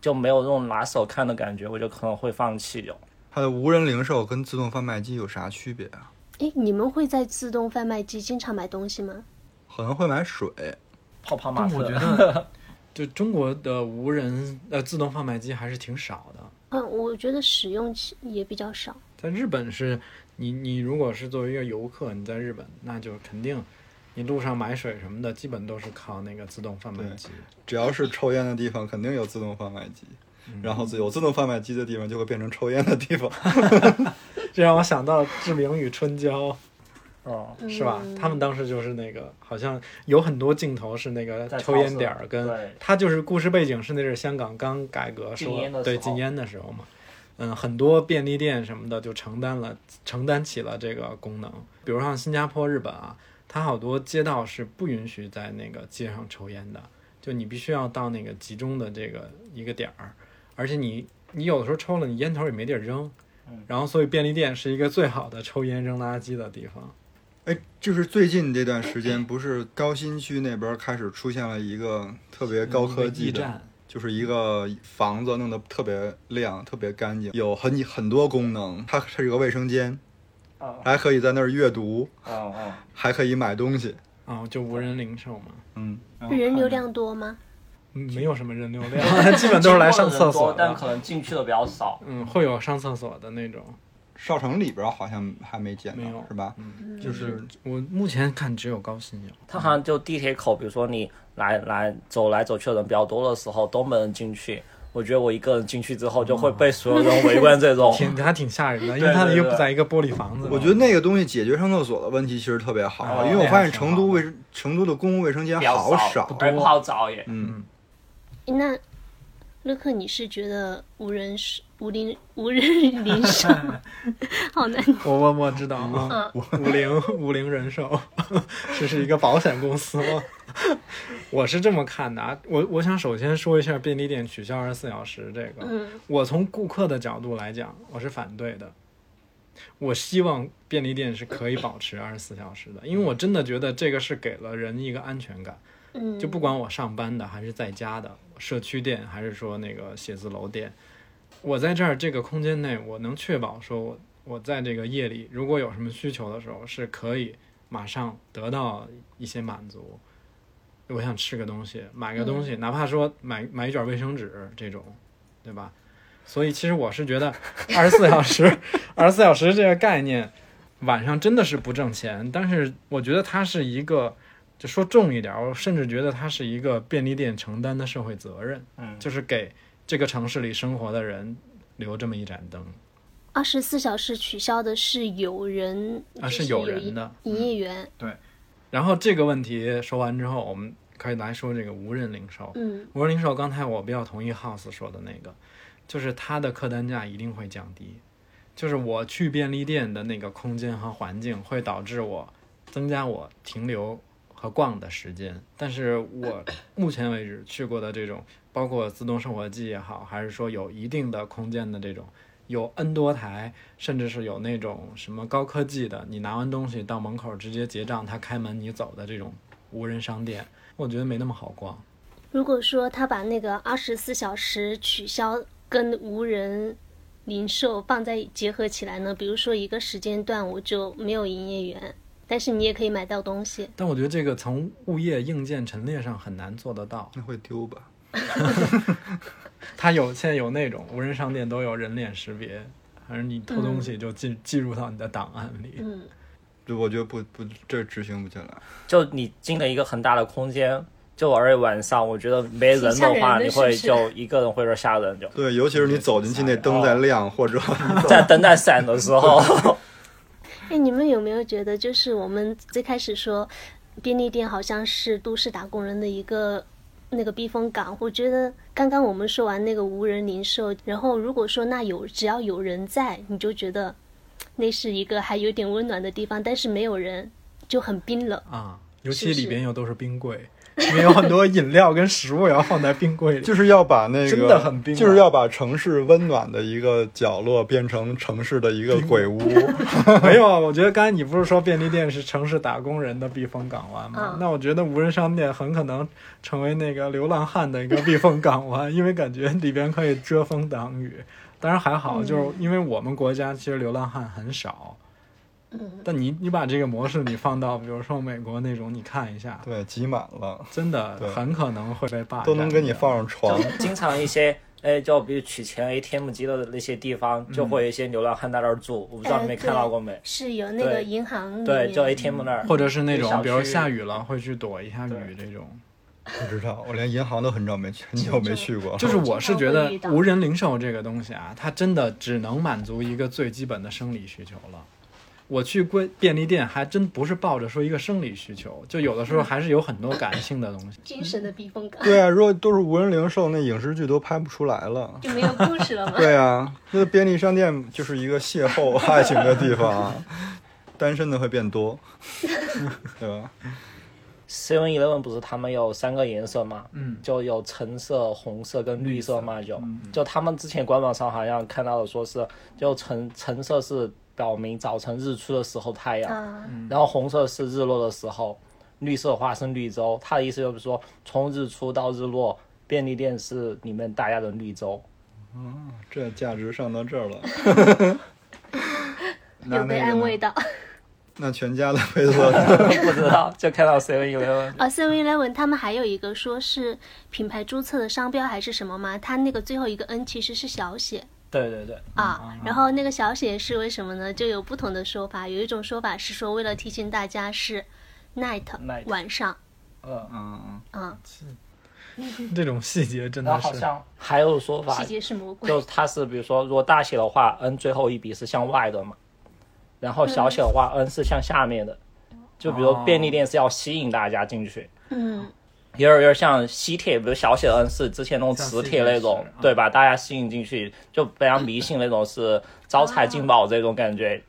就没有那种拿手看的感觉，我就可能会放弃就。它的无人零售跟自动贩卖机有啥区别啊？哎，你们会在自动贩卖机经常买东西吗？可能会买水，泡泡玛但我特觉，得就中国的无人呃自动贩卖机还是挺少的。嗯，我觉得使用起也比较少。在日本是，你你如果是作为一个游客，你在日本，那就肯定，你路上买水什么的，基本都是靠那个自动贩卖机。只要是抽烟的地方，肯定有自动贩卖机。嗯然后有自动贩卖机的地方，就会变成抽烟的地 方。这让我想到《志明与春娇》， 嗯，是吧？他们当时就是那个，好像有很多镜头是那个在抽超烟市点儿，跟对他就是故事背景是那是香港刚改革禁说烟的对时候禁烟的时候嘛。嗯，很多便利店什么的就承担了承担起了这个功能，比如像新加坡、日本啊，它好多街道是不允许在那个街上抽烟的，就你必须要到那个集中的这个一个点儿，而且你你有的时候抽了，你烟头也没地儿扔，嗯然后所以便利店是一个最好的抽烟扔垃圾的地方。哎，就是最近这段时哎间，不是高新区那边开始出现了一个特别高科技驿的，嗯站，就是一个房子弄得特别亮、特别干净，有很很多功能。它它是个卫生间，哦还可以在那儿阅读，嗯嗯，还可以买东西。啊、就无人零售嘛，嗯，人流量多吗？嗯没有什么人流 量，基本都是来上厕经过所的人多但的。可能进去的比较少。嗯，会有上厕所的那种。少城里边好像还没见没有嗯到，是吧？就是我目前看只有高新有，它好像就地铁口，比如说你来来走来走去的人比较多的时候，都没人进去。我觉得我一个人进去之后，就会被所有人围观这种。挺 还挺吓人的，因为对它对又对不在一个玻璃房子里。我觉得那个东西解决上厕所的问题其实特别好，啊哦因为我发那现还挺好成都卫生成都的公共卫生间比较好少，而不好找也。嗯，那乐克，你是觉得无人是无零 无人零售 好难？我我我知道啊， 五菱五菱人寿， 这是一个保险公司吗？ 我是这么看的啊，我我想首先说一下便利店取消二十四小时这个，嗯我从顾客的角度来讲，我是反对的。我希望便利店是可以保持二十四小时的，因为我真的觉得这个是给了人一个安全感。嗯，就不管我上班的还是在家的，社区店还是说那个写字楼店，我在这儿这个空间内，我能确保说我我在这个夜里如果有什么需求的时候，是可以马上得到一些满足。我想吃个东西，买个东西，哪怕说买买一卷卫生纸这种，对吧？所以其实我是觉得二十四小时，二十四小时这个概念，晚上真的是不挣钱，但是我觉得它是一个。就说重一点儿，我甚至觉得它是一个便利店承担的社会责任，嗯就是给这个城市里生活的人留这么一盏灯。二十四小时取消的是有人啊就是有人的营业员，然后这个问题说完之后，我们可以来说这个无人零售。嗯无人零售，刚才我比较同意 House 说的那个，就是它的客单价一定会降低，就是我去便利店的那个空间和环境会导致我增加我停留和逛的时间。但是我目前为止去过的这种，包括自动售货机也好，还是说有一定的空间的这种。有 N 多台，甚至是有那种什么高科技的，你拿完东西到门口直接结账，他开门你走的这种无人商店，我觉得没那么好逛。如果说他把那个二十四小时取消跟无人零售放在结合起来呢，比如说一个时间段我就没有营业员，但是你也可以买到东西。但我觉得这个从物业硬件陈列上很难做得 到。那会丢吧？它有现在有那种无人商店都有人脸识别，反正你偷东西就进、记录到你的档案里。嗯，就我觉得不不，这执行不进来。就你进了一个很大的空间，就而且晚上我觉得没人挺吓的人话，的你是不会是就一个人会有点吓人，就对，尤其是你走进去那灯哦在亮，或者在灯在闪的时候，哎，你们有没有觉得，就是我们最开始说，便利店好像是都市打工人的一个那个避风港？我觉得刚刚我们说完那个无人零售，然后如果说那有只要有人在，你就觉得那是一个还有点温暖的地方，但是没有人就很冰冷。啊，尤其是是里边又都是冰 柜，里面有很多饮料跟食物也要放在冰柜里。就是要把那个真的很冰啊就是要把城市温暖的一个角落变成城市的一个鬼屋。 没有啊，我觉得刚才你不是说便利店是城市打工人的避风港湾吗？嗯那我觉得无人商店很可能成为那个流浪汉的一个避风港湾， 因为感觉里边可以遮风挡雨。当然还好，就是因为我们国家其实流浪汉很少。嗯，但你你把这个模式你放到比如说美国那种，你看一下，对，挤满了，真的对很可能会被霸占都能给你掉放上床 就。经常一些。哎，就比如取钱 ATM 机的那些地方，嗯就会有一些流浪汉在那儿住，我不知哎道你们看到过没？是有那个对银行里对，就面 ATM 那儿，或者是那小种区比如下雨了会去躲一下雨这种。不知道，我连银行都很久没去，很久没去过了。就是我是觉得经哦常会遇到无人零售这个东西啊，它真的只能满足一个最基本的生理需求了。我去贵便利店还真不是抱着说一个生理需求，就有的时候还是有很多感性的东西。精神的避风港， 对啊，如果都是无人零售，那影视剧都拍不出来了。就没有故 事了吗？对啊，那便利商店就是一个邂逅爱情的地方 啊，单身的会变多，对吧？ Seven Eleven 不是他们有三个颜色嘛，嗯，就有橙色、红色跟绿色嗯嘛，就就他们之前官网上好像看到的说是，就橙橙色是表明早晨日出的时候太阳，啊，然后红色是日落的时候，绿色的话是绿洲，它的意思就是说从日出到日落，便利店是你们大家的绿 洲。这价值上到这儿了，那 有被那个安呢慰到。 那全家的配色呢不知道，就看到 Seven Eleven 啊，Seven Eleven 他们还有一个说是品牌注册的商标还是什么嘛，它那个最后一个 N 其实是小写对对对，啊，然后那个小写是为什么呢？就有不同的说法，有一种说法是说为了提醒大家是 night, Night 晚上，嗯，嗯，嗯，这种细节真然后的好是，像还有说法细节是魔鬼，就它是比如说，如果大写的话，n 最后一笔是向外的嘛，然后小写的话，n 是向下面的。就比如哦便利店是要吸引大家进去，嗯，有点有点像吸铁，比如小写 n 是之前那种磁铁那像吸种铁是，啊对吧？大家吸引进去，就非常迷信那种，是招财进宝这种感觉，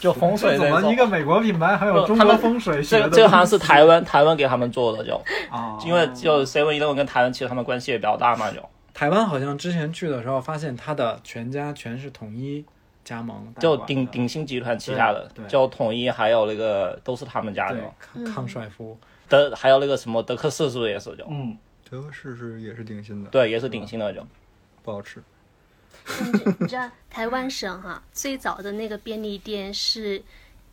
就 风水怎那么一个种。美国品牌还有不中 他国们风水学这的个这个好像是台湾台湾给他们做的，就啊，因为就 Seven Eleven 跟台湾其实他们关系也比较大嘛，就台湾好像之前去的时候，发现它的全家全是统一加盟，就鼎鼎鑫集团旗下的对对，就统一还有那个都是他们家的对嘛。嗯康康帅夫，德还有那个什么德克士是不是也是就？嗯，德克士是也是顶新的，对，也是顶新的就。不好吃。你知道台湾省哈、最早的那个便利店是。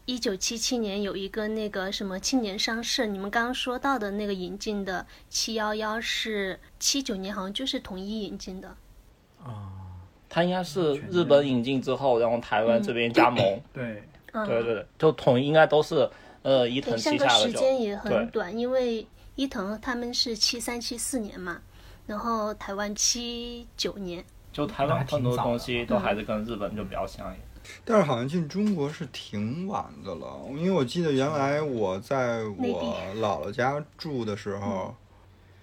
一九七七年有一个那个什么青年商社，你们刚刚说到的那个引进的七幺幺是七九年，好像就是统一引进的。啊它应该是日本引进之后，然后台湾这边加盟。对，嗯，对对对，就统一应该都是呃伊藤对，相旗隔下的时就。间也很对短，因为伊藤他们是七三七四年嘛，然后台湾七九年。嗯就台湾很多东西都还是跟日本就比较像一点。但是好像进中国是挺晚的了，因为我记得原来我在内我地嗯姥姥家住的时候，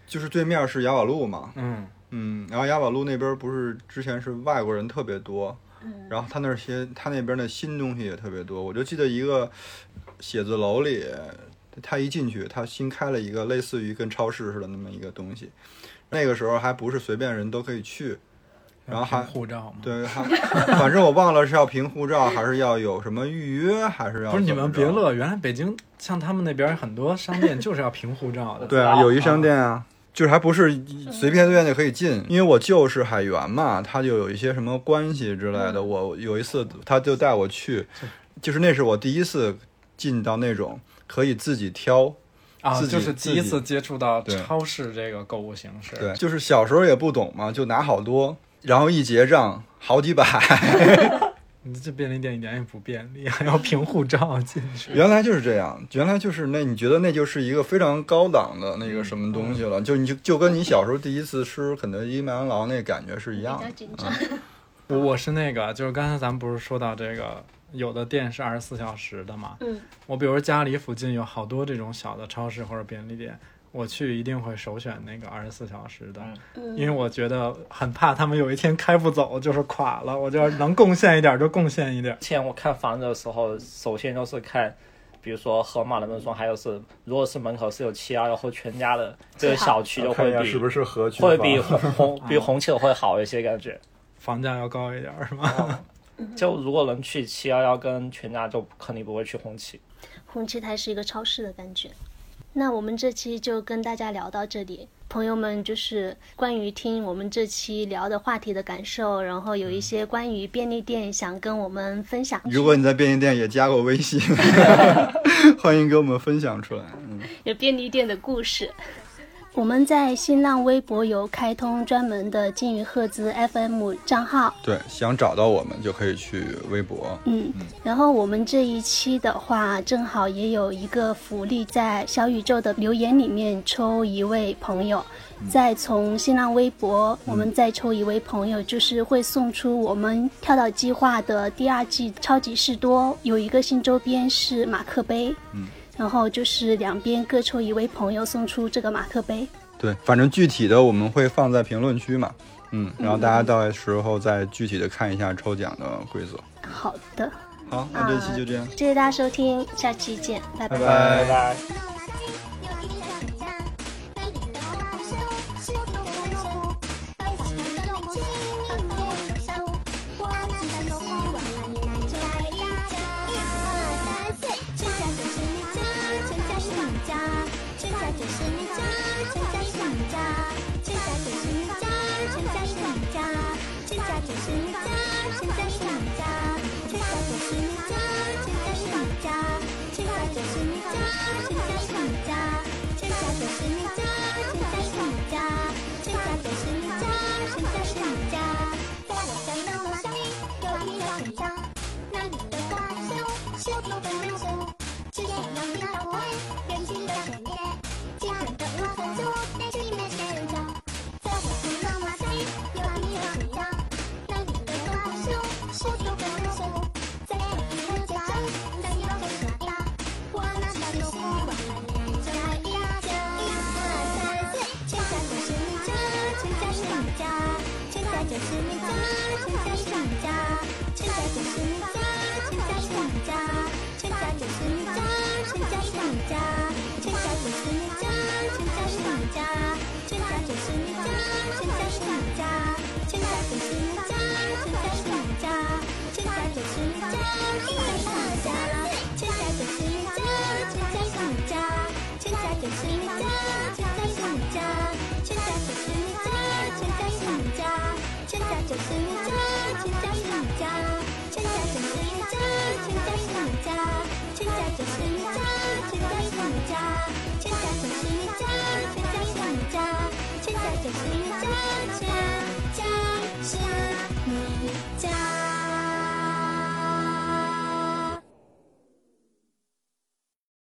就是对面是雅宝路嘛，嗯，嗯，然后雅宝路那边不是之前是外国人特别多，然后他那些他那边的新东西也特别多，我就记得一个写字楼里，他一进去，他新开了一个类似于跟超市似的那么一个东西，那个时候还不是随便人都可以去，然后还凭护照吗？对，还反正我忘了是要凭护照，还是要有什么预约，还是要不是你怎么们着别。乐，原来北京像他们那边很多商店就是要凭护照的。对啊，有一商店啊，就是还不是随便随便就可以进，因为我舅是海员嘛，他就有一些什么关系之类的。我有一次他就带我去，就是那是我第一次进到那种可以自己挑。啊，自己就是第一次接触到对超市这个购物形式。对，就是小时候也不懂嘛，就拿好多，然后一结账好 几百。你这便利店一点也不便利，还要凭护照进去。原来就是这样，原来就是那你觉得那就是一个非常高档的那个什么东西了，就你就就跟你小时候第一次吃肯德基、麦当劳那感觉是一比样较的。紧啊张。我 我是那个，就是刚才咱们不是说到这个，有的店是二十四小时的嘛。嗯，我比如家里附近有好多这种小的超市或者便利店，我去一定会首选那个二十四小时的，嗯因为我觉得很怕他们有一天开不走，就是垮了。我就要能贡献一点就贡献一点。之前我看房子的时候，首先就是看，比如说盒马的门窗，还有是如果是门口是有七幺幺或全家的这个小区，就会比是合区会比红 红嗯比红旗的会好一些感觉。房价要高一点是吗？就如果能去七幺幺跟全家，就肯定不会去红旗。红旗台是一个超市的感觉。那我们这期就跟大家聊到这里，朋友们，就是关于听我们这期聊的话题的感受，然后有一些关于便利店想跟我们分享，如果你在便利店也加过微信，欢迎给我们分享出来。嗯，有便利店的故事。我们在新浪微博有开通专门的金鱼赫兹 FM 账号，对，想找到我们就可以去微博。嗯，然后我们这一期的话，正好也有一个福利，在小宇宙的留言里面抽一位朋友，再从新浪微博我们再抽一位朋友，就是会送出我们跳岛计划的第二季超级士多有一个新周边是马克杯，嗯，然后就是两边各抽一位朋友送出这个马克杯。对，反正具体的我们会放在评论区嘛。嗯，然后大家到时候再具体的看一下抽奖的规则。好的，好，那这期就这样，谢谢大家收听，下期见，拜拜。拜拜拜。全家就是一家，全家就是一家，